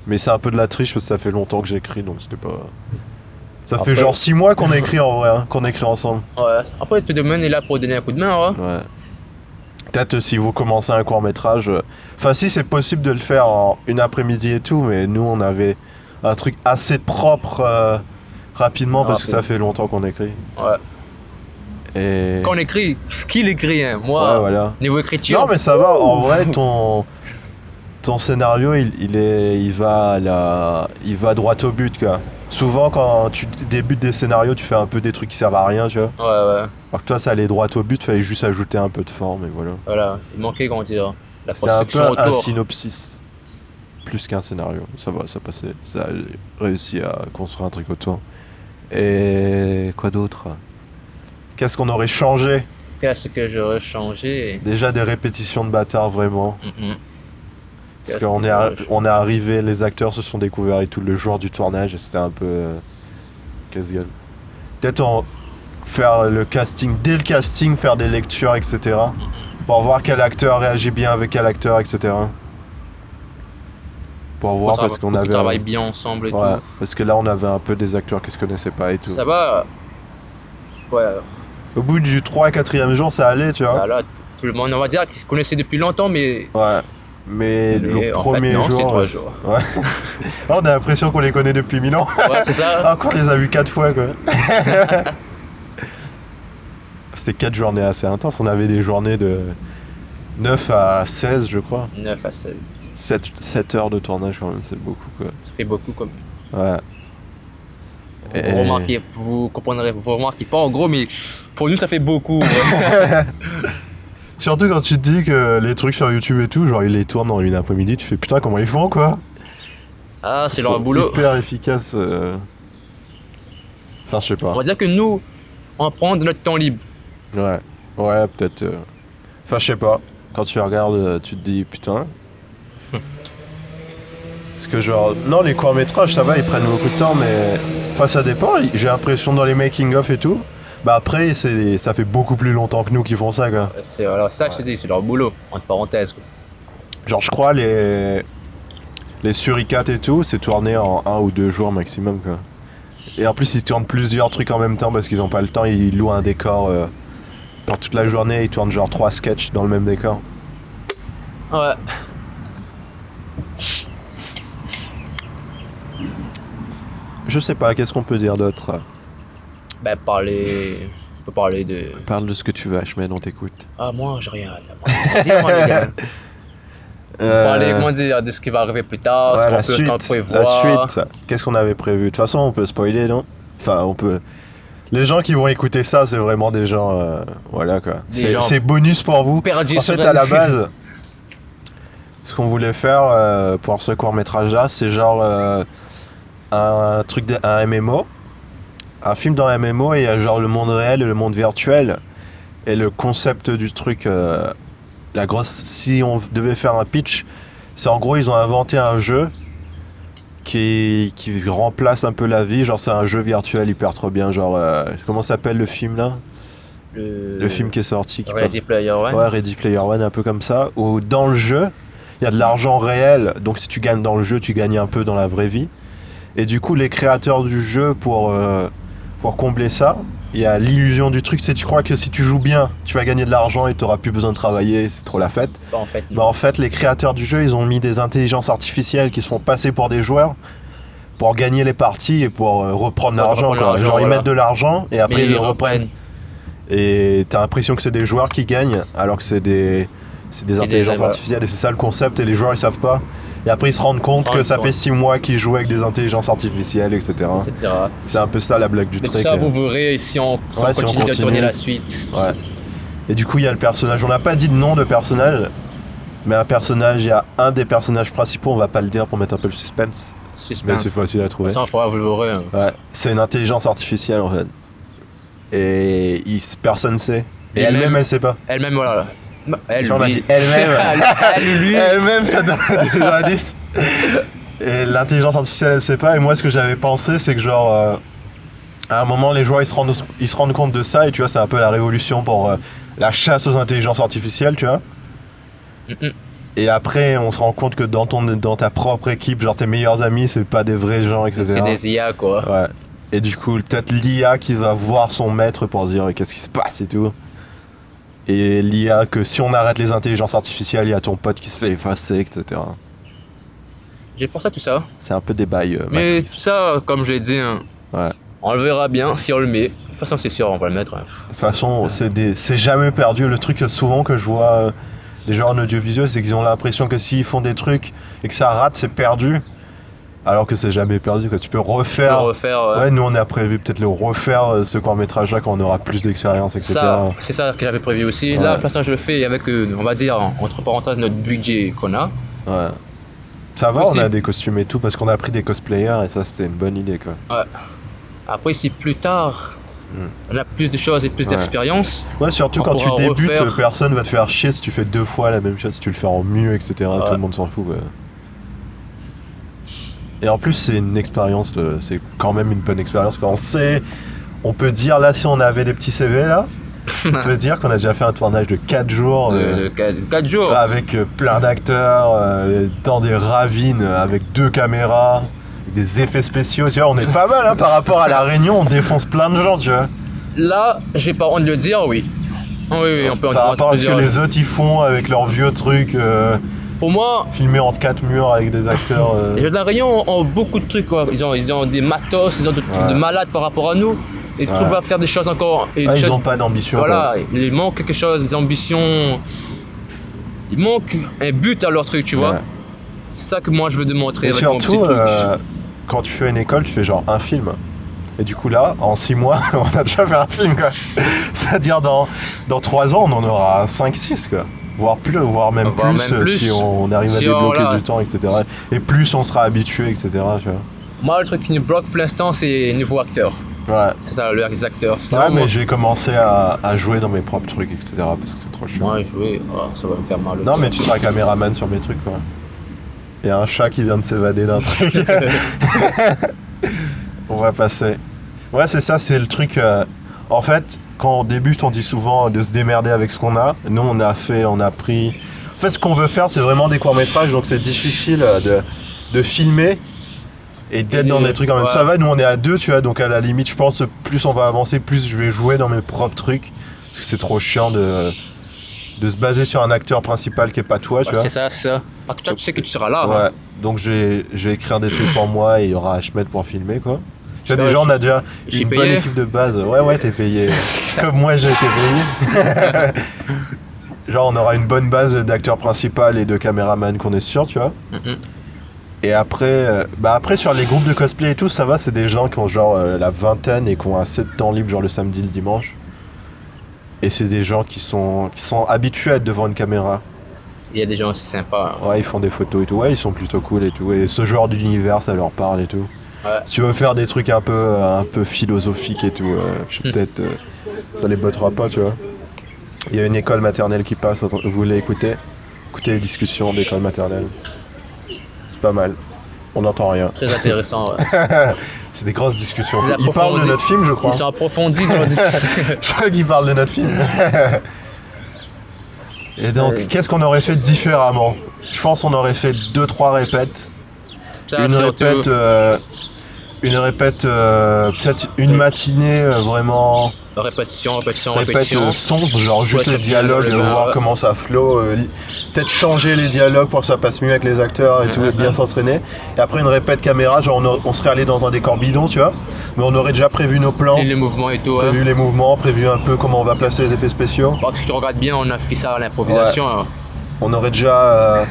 S3: Mais c'est un peu de la triche parce que ça fait longtemps que j'écris, donc c'était pas. Ça
S2: Après-
S3: fait genre 6 mois qu'on a écrit en vrai, hein, qu'on a écrit ensemble.
S2: Ouais. Après, tout le monde est là pour donner un coup de main, hein. ouais.
S3: Ouais. Peut-être euh, si vous commencez un court métrage. euh, Enfin, si c'est possible de le faire en une après-midi et tout, mais nous on avait un truc assez propre euh, rapidement parce que ça fait longtemps qu'on écrit.
S2: Ah, Ouais.
S3: Et.
S2: Quand on écrit, qui l'écrit hein Moi,
S3: Ouais, voilà.
S2: niveau écriture.
S3: Non, mais ça va, en vrai, ton. Ton scénario, il, il est, il, va à la, il va droit au but. Quoi. Souvent, quand tu débutes des scénarios, tu fais un peu des trucs qui servent à rien. Tu vois.
S2: Ouais, ouais,
S3: Alors que toi, ça allait droit au but, fallait juste ajouter un peu de forme. Et voilà.
S2: voilà. Il manquait, comment dire, la
S3: C'était un peu
S2: construction
S3: un, un
S2: autour.
S3: synopsis. Plus qu'un scénario. Ça va, ça passait. Ça a réussi à construire un truc autour. Et quoi d'autre Qu'est-ce qu'on aurait changé
S2: Qu'est-ce que j'aurais changé
S3: Déjà des répétitions de bâtard, vraiment.
S2: Mhm.
S3: Parce
S2: Qu'est-ce
S3: qu'on
S2: qu'on
S3: est, ar-
S2: aurait changé
S3: on est arrivé, les acteurs se sont découverts et tout le jour du tournage. Et c'était un peu. euh, casse-gueule. Peut-être en faire le casting, dès le casting, faire des lectures, etc. Pour voir quel acteur réagit bien avec quel acteur, etc. Pour voir parce qu'on avait.
S2: travaille bien ensemble et
S3: Ouais, parce que là on avait un peu des acteurs qui se connaissaient pas et
S2: tout.
S3: tout.
S2: Ça va. Ouais,
S3: Au bout du 3 4 e jour ça allait, tu vois.
S2: ça là, tout le monde, on va dire qu'ils se connaissaient depuis longtemps, mais.
S3: Ouais. Mais, le
S2: mais en fait,
S3: premier
S2: non, c'est
S3: jour,
S2: trois
S3: ouais. Ah,
S2: jours.
S3: on a l'impression qu'on les connaît depuis mille ans.
S2: Ouais, c'est ça.
S3: Ah, qu'on les a vus 4 fois quoi. C'était 4 journées assez intenses. On avait des journées de 9 à 16, je crois.
S2: 9 à 16.
S3: 7, 7 heures de tournage quand même, c'est beaucoup quoi.
S2: Ça fait beaucoup comme.
S3: Ouais.
S2: Vous,
S3: Et-
S2: remarquez, vous comprendrez, vous remarquez pas en gros, mais pour nous ça fait beaucoup. ouais.
S3: Surtout quand tu te dis que les trucs sur YouTube et tout, genre ils les tournent en une après-midi, tu fais putain comment ils font quoi
S2: ah, c'est
S3: Ils
S2: leur
S3: sont
S2: boulot.
S3: hyper efficace. euh. Enfin, je sais pas.
S2: On va dire que nous, on prend de notre temps libre.
S3: Ouais. Ouais, peut-être. euh. Enfin, je sais pas. Quand tu regardes, euh, tu te dis putain. Parce que, genre, non, les courts-métrages, ça va, ils prennent beaucoup de temps, mais. Enfin, ça dépend. ils- J'ai l'impression dans les making-of et tout. Bah, après, c'est ça fait beaucoup plus longtemps que nous qui font ça, quoi.
S2: C'est alors ça que je te dis, c'est leur boulot, entre parenthèses. quoi.
S3: Genre, je crois, les. Les suricates et tout, c'est tourné en un ou deux jours maximum, quoi. Et en plus, ils tournent plusieurs trucs en même temps parce qu'ils n'ont pas le temps, ils louent un décor. euh, Pour toute la journée, ils tournent genre trois sketchs dans le même décor.
S2: Ouais.
S3: Je sais pas, qu'est-ce qu'on peut dire d'autre
S2: Ben parler. On peut parler de.
S3: Parle de ce que tu veux, Ahmed, on t'écoute.
S2: Ah, moi j'ai rien à dire. moi. Vas-y, moi, les
S3: Euh,
S2: gars. Parler, comment dire, de ce qui va arriver plus tard,
S3: ouais, la
S2: ce qu'on peut
S3: Euh, suite,
S2: qu'on
S3: la
S2: prévoir.
S3: suite, qu'est-ce qu'on avait prévu De toute façon, on peut spoiler, non Enfin, on peut... Les gens qui vont écouter ça, c'est vraiment des gens... euh, voilà, quoi.
S2: Des
S3: C'est
S2: gens
S3: c'est bonus pour vous.
S2: Perdu
S3: En
S2: sur
S3: fait, à la base, ce qu'on voulait faire euh, pour ce court-métrage-là, c'est genre euh, un truc, de- un MMO. Un film dans MMO, et il y a genre le monde réel et le monde virtuel. Et le concept du truc, euh, la grosse. Si on devait faire un pitch, c'est en gros, ils ont inventé un jeu qui, qui remplace un peu la vie. Genre, c'est un jeu virtuel hyper trop bien. Genre, euh, comment s'appelle le film là
S2: le,
S3: Le film qui est sorti. qui passe-
S2: Ready Player, Euh, ouais.
S3: Ouais, Ready Player One, un peu comme ça, où dans le jeu, il y a de l'argent réel, donc si tu gagnes dans le jeu, tu gagnes un peu dans la vraie vie. Et du coup, les créateurs du jeu, pour, euh, pour combler ça, il y a l'illusion du truc, c'est tu crois que si tu joues bien, tu vas gagner de l'argent et tu n'auras plus besoin de travailler, c'est trop la fête.
S2: Bah, en fait,
S3: Bah, en fait, les créateurs du jeu, ils ont mis des intelligences artificielles qui se font passer pour des joueurs pour gagner les parties et pour euh, reprendre
S2: Ouais,
S3: l'argent.
S2: reprendre
S3: quoi.
S2: l'argent,
S3: Genre, ils
S2: voilà.
S3: mettent de l'argent et après,
S2: Mais
S3: ils le reprennent. Et t'as l'impression que c'est des joueurs qui gagnent, alors que c'est des, c'est des
S2: C'est des
S3: intelligences
S2: joueurs.
S3: artificielles. Et c'est ça le concept, et les joueurs ils savent pas. Et après ils se rendent compte
S2: se
S3: que
S2: rendent
S3: ça
S2: compte.
S3: fait 6 mois qu'ils jouent avec des intelligences artificielles, etc.
S2: etc.
S3: C'est un peu ça la blague du
S2: Mais tout
S3: truc.
S2: ça,
S3: euh.
S2: vous verrez si on, si on
S3: Ouais, si on
S2: continue de
S3: continue.
S2: tourner la suite.
S3: Ouais. Et du coup, il y a le personnage. On n'a pas dit de nom de personnage, mais un personnage, il y a un des personnages principaux, on va pas le dire pour mettre un peu le suspense. Mais
S2: Suspense.
S3: c'est facile à trouver.
S2: Ça, il faudra vous le verrez. hein.
S3: Ouais, c'est une intelligence artificielle en fait. Et il, personne sait. Et
S2: Et
S3: elle-même,
S2: même-
S3: elle sait pas.
S2: Elle-même, voilà. Elle,
S3: Genre, on a
S2: lui.
S3: dit elle-même.
S2: elle, elle, lui.
S3: Elle-même, ça donne des indices. Et l'intelligence artificielle, elle sait pas. Et moi, ce que j'avais pensé, c'est que genre. euh, à un moment, les joueurs ils se, rendent, ils se rendent compte de ça, et tu vois, c'est un peu la révolution pour euh, la chasse aux intelligences artificielles, tu vois.
S2: Mhm.
S3: Et après, on se rend compte que dans, ton, dans ta propre équipe, genre tes meilleurs amis, c'est pas des vrais gens, etc.
S2: C'est des IA, quoi.
S3: Ouais. Et du coup, peut-être l'IA qui va voir son maître pour se dire euh, qu'est-ce qui se passe et tout. Et l'IA que si on arrête les intelligences artificielles, il y a ton pote qui se fait effacer, etc.
S2: J'ai pensé à tout ça.
S3: C'est un peu des bails. euh,
S2: Mais
S3: Matrix.
S2: tout ça, comme je l'ai dit, hein,
S3: Ouais.
S2: on le verra bien si on le met. De toute façon, c'est sûr, on va le mettre. hein.
S3: De toute façon, c'est des- c'est jamais perdu. Le truc souvent que je vois euh, des gens en audiovisuel, c'est qu'ils ont l'impression que s'ils font des trucs et que ça rate, c'est perdu. Alors que c'est jamais perdu. Quoi. Tu peux
S2: On peut
S3: refaire.
S2: le refaire. euh,
S3: Ouais, nous on a prévu peut-être le refaire euh, ce court métrage là quand on aura plus d'expérience, etc.
S2: Ça, c'est ça que j'avais prévu aussi. Là,
S3: Ouais.
S2: pour l'instant, je le fais avec, euh, on va dire, entre parenthèses, notre budget qu'on a.
S3: Ouais. Ça va,
S2: Aussi-
S3: on a des costumes et tout parce qu'on a pris des cosplayers et ça c'était une bonne idée quoi.
S2: Après, si plus tard,
S3: Hmm.
S2: on a plus de choses et plus
S3: Ouais.
S2: d'expérience,
S3: Ouais, surtout
S2: On
S3: quand tu
S2: pourra
S3: débutes,
S2: refaire.
S3: euh, personne va te faire chier si tu fais deux fois la même chose, si tu le fais en mieux, etc. Tout
S2: Ouais.
S3: le monde s'en fout. quoi. Et en plus, c'est une expérience, euh, c'est quand même une bonne expérience. Quoi. On sait, on peut dire là, si on avait des petits CV là, on peut dire qu'on a déjà fait un tournage de 4 jours. euh,
S2: 4 jours,
S3: avec euh, plein d'acteurs, euh, dans des ravines, euh, avec deux caméras, avec des effets spéciaux. Tu vois, on est pas mal hein, par rapport à La Réunion, on défonce plein de gens, tu vois.
S2: là, j'ai pas honte de le dire, oui. Ah Oui, oui, on peut en
S3: par
S2: dire
S3: rapport à ce que
S2: plusieurs.
S3: les autres ils font avec leurs vieux trucs euh,
S2: Pour moi,
S3: filmés entre quatre murs avec des acteurs. euh,
S2: les gens de la Réunion ont, ont beaucoup de trucs, quoi. Ils ont, ils ont des matos, ils ont des trucs
S3: Ouais.
S2: de malades par rapport à nous. Ils
S3: Ouais.
S2: trouvent à faire des choses encore. et
S3: ah,
S2: des
S3: ils
S2: choses-
S3: ont pas d'ambition.
S2: voilà, il manque quelque chose, des ambitions. Il manque un but à leur truc, tu
S3: quoi.
S2: vois.
S3: Ouais.
S2: C'est ça que moi je veux démontrer
S3: Et
S2: avec mon petit
S3: surtout,
S2: truc.
S3: euh, quand tu fais une école, tu fais genre un film. Et du coup là, en six mois, on a déjà fait un film quoi. C'est-à-dire dans, dans trois ans, on en aura 5-6 quoi. Voire plus, voire même,
S2: Voire
S3: plus,
S2: même
S3: euh,
S2: plus.
S3: si on arrive à
S2: Si on-
S3: débloquer
S2: voilà.
S3: du temps, etc. Et plus on sera habitué, etc. Tu
S2: Moi, le truc qui nous bloque pour l'instant, c'est niveau acteur.
S3: vois. Ouais.
S2: C'est ça, le- les acteurs. Sinon,
S3: Ouais,
S2: moi,
S3: mais j'ai commencé à, à jouer dans mes propres trucs, etc. Parce que c'est trop chiant.
S2: moi, jouer, oh, ça va me faire mal.
S3: Non, mais tu seras caméraman sur mes trucs, quoi. Et un chat qui vient de s'évader d'un truc. on va passer. Ouais, c'est ça, c'est le truc. euh, En fait, quand on débute, on dit souvent de se démerder avec ce qu'on a. Nous, on a fait, on a pris. En fait, ce qu'on veut faire, c'est vraiment des courts-métrages, donc c'est difficile euh, de, de filmer et d'être
S2: Et
S3: dans
S2: de-
S3: des trucs en même.
S2: ouais.
S3: Ça va, nous, on est à deux, tu vois, donc à la limite, je pense, plus on va avancer, plus je vais jouer dans mes propres trucs. Parce que c'est trop chiant de, de se baser sur un acteur principal qui est pas toi, tu
S2: Ouais,
S3: vois.
S2: Bah, c'est ça, c'est ça. Parce que toi, tu sais que tu seras là. hein.
S3: Ouais, donc je vais, je vais écrire des trucs pour moi et il y aura Ahmed pour filmer quoi. Tu vois,
S2: Ouais,
S3: déjà, on a déjà
S2: je suis
S3: une bonne
S2: payé.
S3: équipe de base. Ouais, ouais, t'es payé. Comme moi, j'ai été payé. Genre, on aura une bonne base d'acteurs principaux et de caméraman qu'on est sûr, tu vois.
S2: Mhm.
S3: Et après, euh, bah après, sur les groupes de cosplay et tout, ça va, c'est des gens qui ont genre euh, la vingtaine et qui ont assez de temps libre, genre le samedi, le dimanche. Et c'est des gens qui sont, qui sont habitués à être devant une caméra.
S2: Il y a des gens aussi sympas. hein.
S3: Ouais, ils font des photos et tout. Ouais, ils sont plutôt cool et tout. Et ce genre d'univers, ça leur parle et tout.
S2: Ouais.
S3: Si tu veux faire des trucs un peu, euh, un peu philosophiques et tout, euh, je sais
S2: Hmm.
S3: peut-être euh, ça les bottera pas, tu vois. Il y a une école maternelle qui passe. attends, vous voulez écouter Écoutez les discussions d'école maternelle. C'est pas mal. On n'entend rien.
S2: Très intéressant. ouais.
S3: C'est des grosses discussions.
S2: C'est
S3: Ils parlent de
S2: approfondi.
S3: notre film, je crois.
S2: Ils sont approfondis dans le
S3: Je crois qu'ils parlent de notre film. Et donc,
S2: Ouais.
S3: qu'est-ce qu'on aurait fait différemment Je pense qu'on aurait fait 2-3 répètes.
S2: Ça,
S3: une
S2: surtout.
S3: répète, euh, une répète, euh, peut-être une matinée euh, vraiment
S2: Répétition, répétition,
S3: répète
S2: répétition.
S3: euh, sombre, genre juste
S2: ça
S3: les
S2: fait
S3: dialogues,
S2: bien,
S3: euh,
S2: ouais.
S3: voir comment ça flow, euh, li- peut-être changer les dialogues pour que ça passe mieux avec les acteurs et
S2: Mhm,
S3: tout,
S2: mhm.
S3: bien s'entraîner. Et après une répète caméra, genre on, a- on serait allé dans un décor bidon, tu vois, mais on aurait déjà prévu nos plans,
S2: Et les mouvements et tout. ouais.
S3: prévu les mouvements, prévu un peu comment on va placer les effets spéciaux.
S2: Bon, si tu regardes bien, on a fait ça à l'improvisation. hein.
S3: on aurait déjà euh,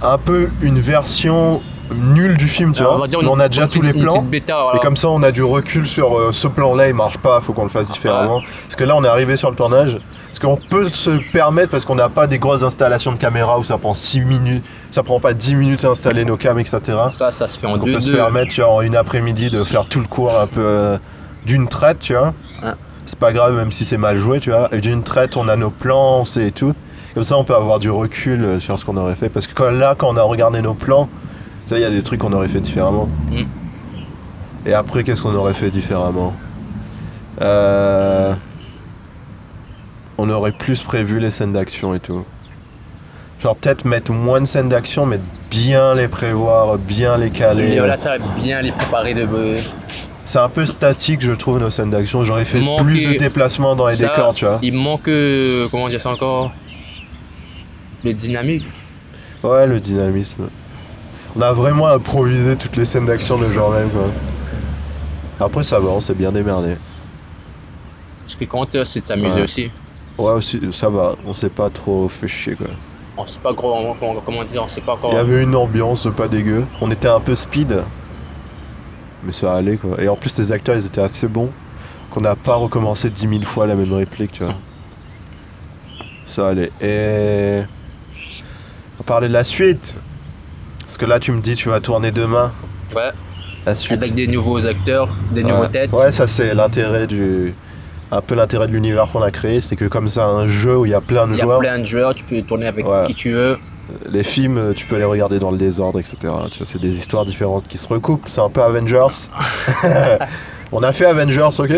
S3: un peu une version nulle du film, tu
S2: Alors,
S3: vois. Mais
S2: une-
S3: on a déjà
S2: une
S3: tous
S2: petite-
S3: les
S2: Une
S3: plans.
S2: petite bêta, voilà.
S3: Et comme ça, on a du recul sur euh, ce plan-là, il marche pas, faut qu'on le fasse différemment. Parce que là, on est arrivé sur le tournage. Parce qu'on peut se permettre, parce qu'on n'a pas des grosses installations de caméra où ça prend 6 minutes, ça prend pas 10 minutes à installer nos cams, etc.
S2: Ça, ça se fait en
S3: Donc on peut se
S2: 2-2.
S3: permettre, tu vois, en une après-midi de faire tout le cours un peu euh, d'une traite, tu vois.
S2: Ouais.
S3: C'est pas grave, même si c'est mal joué, tu vois. Et d'une traite, on a nos plans, on sait et tout. Comme ça, on peut avoir du recul euh, sur ce qu'on aurait fait. Parce que quand- là, quand on a regardé nos plans, Tu sais, il y a des trucs qu'on aurait fait différemment.
S2: Mm.
S3: Et après, qu'est-ce qu'on aurait fait différemment Euh, On aurait plus prévu les scènes d'action et tout. Genre peut-être mettre moins de scènes d'action, mais bien les prévoir, bien les caler.
S2: Et voilà, ça va bien les préparer de. euh,
S3: C'est un peu statique, je trouve, nos scènes d'action. J'aurais fait
S2: Manquer
S3: plus de déplacements dans les
S2: Ça,
S3: décors, tu vois.
S2: Il manque. euh, comment dire ça encore Le dynamique.
S3: Ouais, le dynamisme. On a vraiment improvisé toutes les scènes d'action le jour même, quoi. Après, ça va, on s'est bien démerdé.
S2: Ce qui compte, euh, c'est de s'amuser
S3: Ouais.
S2: aussi.
S3: Ouais, aussi, ça va, on s'est pas trop fait chier, quoi.
S2: On sait pas gros, on- comment, comment dire, on sait pas encore.
S3: Il y avait une ambiance pas dégueu. On était un peu speed, mais ça allait, quoi. Et en plus, les acteurs, ils étaient assez bons qu'on n'a pas recommencé dix mille fois la même réplique, tu vois. Ça allait. Et. On parlait de la suite. Parce que là, tu me dis, tu vas tourner demain.
S2: Ouais,
S3: La suite.
S2: avec des nouveaux acteurs, des nouveaux
S3: ouais.
S2: têtes.
S3: Ouais, ça c'est l'intérêt du. Un peu l'intérêt de l'univers qu'on a créé, c'est que comme c'est un jeu où il y a plein de
S2: Il y a
S3: joueurs,
S2: plein de joueurs, tu peux tourner avec
S3: Ouais.
S2: qui tu veux.
S3: les films, euh, tu peux les regarder dans le désordre, etc. Tu vois, c'est des histoires différentes qui se recoupent, c'est un peu Avengers. on a fait Avengers, ok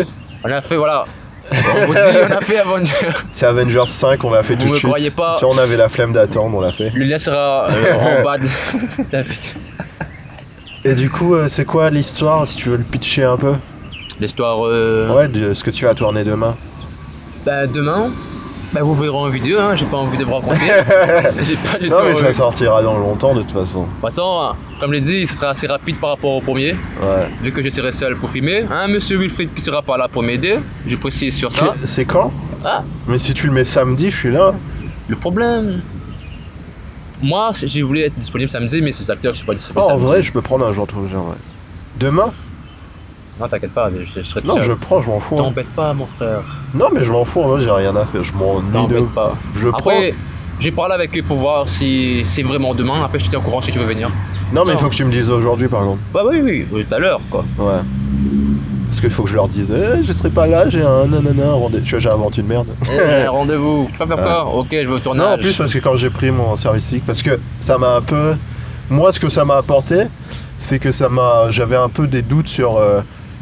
S2: On a fait, voilà. On vous dit, on a fait Avenger.
S3: C'est Avengers 5, on l'a fait
S2: Vous
S3: tout de
S2: me
S3: suite.
S2: croyez pas
S3: Si on avait la flemme d'attendre, on l'a fait.
S2: Le lien sera euh, en bas de la vidéo.
S3: Et du coup, euh, c'est quoi l'histoire, si tu veux le pitcher un peu
S2: L'histoire. euh,
S3: Ouais, de ce que tu vas tourner demain.
S2: bah, demain, bah, vous verrez en vidéo, hein, j'ai pas envie de vous raconter. j'ai pas du tout.
S3: Non, mais ça
S2: euh,
S3: sortira dans longtemps, de toute façon.
S2: De toute façon, comme je l'ai dit, ce sera assez rapide par rapport au premier,
S3: Ouais.
S2: vu que je serai seul pour filmer. Un monsieur Wilfried qui sera pas là pour m'aider, je précise sur ça.
S3: Que- C'est quand
S2: Ah.
S3: Mais si tu le mets samedi, je suis là.
S2: Le problème. Moi, c- j'ai voulu être disponible samedi, mais c'est les acteurs qui sont pas disponibles.
S3: Oh, en
S2: samedi.
S3: vrai, je peux prendre un jour tout le jour, ouais. Demain
S2: Non, t'inquiète pas, je, je serai tout
S3: Non,
S2: seul.
S3: je prends, je m'en fous. hein.
S2: T'embête pas, mon frère.
S3: Non, mais je m'en fous, moi, j'ai rien à faire. Je m'en ni de...
S2: T'embête pas.
S3: Je prends.
S2: Après, j'ai parlé avec eux pour voir si c'est vraiment demain. Après, je te tiens au courant si tu veux venir.
S3: Non, mais il
S2: Ça.
S3: faut que tu me dises aujourd'hui, par contre.
S2: Bah oui, oui, oui, tout à l'heure, quoi.
S3: Ouais. Parce qu'il faut que je leur dise, eh, je serai pas là, j'ai un nanana, un rendez- Tu vois, j'invente une merde.
S2: Eh, Rendez-vous. Tu vas faire quoi Ok, je vais au
S3: non,
S2: tournage.
S3: en plus, parce que quand j'ai pris mon service civique, parce que ça m'a un peu. Moi, ce que ça m'a apporté, c'est que ça m'a. J'avais un peu des doutes sur. euh,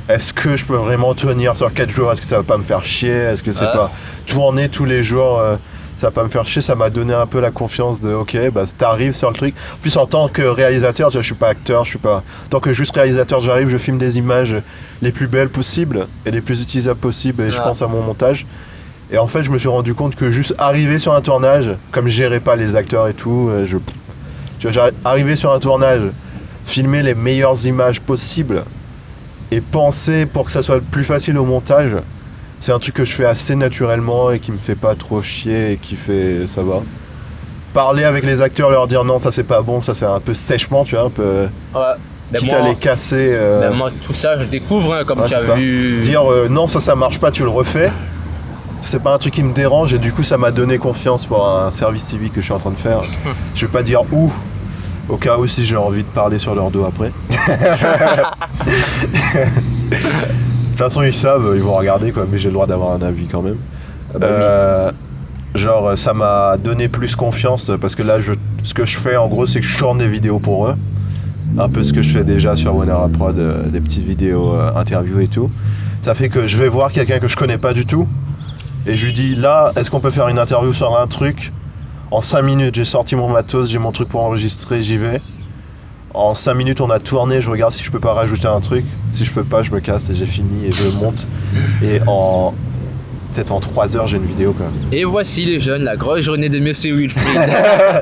S3: est-ce que je peux vraiment tenir sur 4 jours Est-ce que ça va pas me faire chier Est-ce que c'est
S2: Ah.
S3: pas tourner tous les jours euh, Ça va pas me faire chier Ça m'a donné un peu la confiance de ok, bah t'arrives sur le truc. En plus, en tant que réalisateur, tu vois, je suis pas acteur, je suis pas. En tant que juste réalisateur, j'arrive, je filme des images les plus belles possibles et les plus utilisables possibles et je
S2: Ah.
S3: pense à mon montage. Et en fait, je me suis rendu compte que juste arriver sur un tournage, comme je gérais pas les acteurs et tout, euh, je. Tu vois, j'arri- arriver sur un tournage, filmer les meilleures images possibles et penser pour que ça soit le plus facile au montage, c'est un truc que je fais assez naturellement et qui me fait pas trop chier et qui fait ça va. Parler avec les acteurs, leur dire non, ça c'est pas bon, ça c'est un peu sèchement, tu vois, un peu. euh,
S2: Ouais. Ben
S3: quitte
S2: moi,
S3: à les casser. euh,
S2: ben moi, tout ça, je découvre, hein, comme
S3: Ouais,
S2: tu
S3: c'est
S2: as
S3: ça.
S2: vu.
S3: dire euh, non ça ça marche pas tu le refais c'est pas un truc qui me dérange et du coup ça m'a donné confiance pour un service civique que je suis en train de faire je vais pas dire où au cas où si j'ai envie de parler sur leur dos après de toute façon ils savent ils vont regarder quoi mais j'ai le droit d'avoir un avis quand même
S2: Ah bah oui.
S3: Euh, genre ça m'a donné plus confiance parce que là je, ce que je fais en gros c'est que je tourne des vidéos pour eux un peu ce que je fais déjà sur Wanara Prod euh, des petites vidéos euh, interviews et tout ça fait que je vais voir quelqu'un que je connais pas du tout et je lui dis là est-ce qu'on peut faire une interview sur un truc en 5 minutes j'ai sorti mon matos j'ai mon truc pour enregistrer j'y vais en 5 minutes on a tourné je regarde si je peux pas rajouter un truc si je peux pas je me casse et j'ai fini et je monte et en peut-être en 3 heures j'ai une vidéo quoi
S2: Et voici les jeunes, la grosse journée de Monsieur Wilfried. Euh,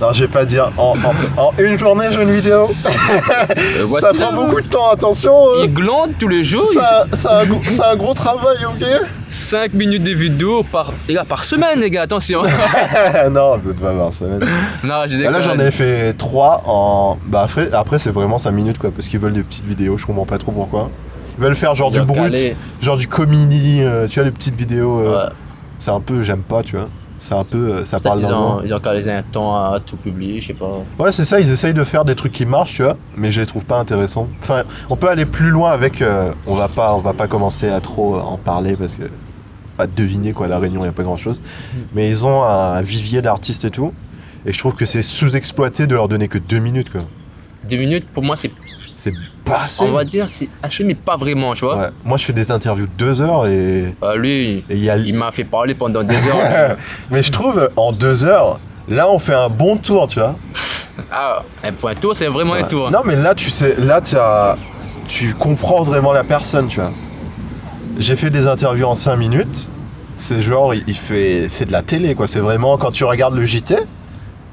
S3: Non, je vais pas dire en, en- en une journée, j'ai une vidéo.
S2: Euh, voici
S3: Ça
S2: là,
S3: prend
S2: hein.
S3: beaucoup de temps, attention. euh.
S2: Il glande tous les jours. il
S3: Ça, ça a un gros- C'est un gros travail, ok
S2: 5 minutes de vidéo par, les gars, par semaine, les gars, attention.
S3: Non, peut-être pas par semaine.
S2: non, je
S3: Bah Là, j'en
S2: déconne.
S3: ai fait 3 en. Bah, après, après c'est vraiment 5 minutes, quoi, parce qu'ils veulent des petites vidéos, je comprends pas trop pourquoi. Ils veulent faire genre du
S2: Ils veulent
S3: brut,
S2: caler.
S3: genre du comini, euh, tu vois, les petites vidéos. euh,
S2: Ouais.
S3: C'est un peu, j'aime pas, tu vois. C'est un peu, euh, ça parle dans
S2: Ils
S3: le
S2: ont,
S3: vent.
S2: ils ont calé un temps à tout publier, je sais pas.
S3: Ouais, c'est ça, ils essayent de faire des trucs qui marchent, tu vois, mais je les trouve pas intéressants. Enfin, on peut aller plus loin avec. euh, on, va pas, on va pas commencer à trop en parler parce que. Pas deviner quoi, à la Réunion, il a pas grand chose.
S2: Mhm.
S3: Mais ils ont un vivier d'artistes et tout, et je trouve que c'est sous-exploité de leur donner que deux minutes, quoi.
S2: Deux minutes, pour moi, c'est,
S3: C'est passé.
S2: on va dire, c'est assez, mais pas vraiment, tu vois.
S3: Ouais. Moi, je fais des interviews de deux heures et
S2: Ah, lui,
S3: et il y a.
S2: il m'a fait parler pendant deux heures.
S3: Mais je trouve, en deux heures, là, on fait un bon tour, tu vois.
S2: ah, un point tour, c'est vraiment un
S3: Ouais.
S2: tour.
S3: Non, mais là, tu sais, là, tu as- tu comprends vraiment la personne, tu vois. J'ai fait des interviews en 5 minutes. C'est genre, il il fait, c'est de la télé, quoi. C'est vraiment quand tu regardes le JT,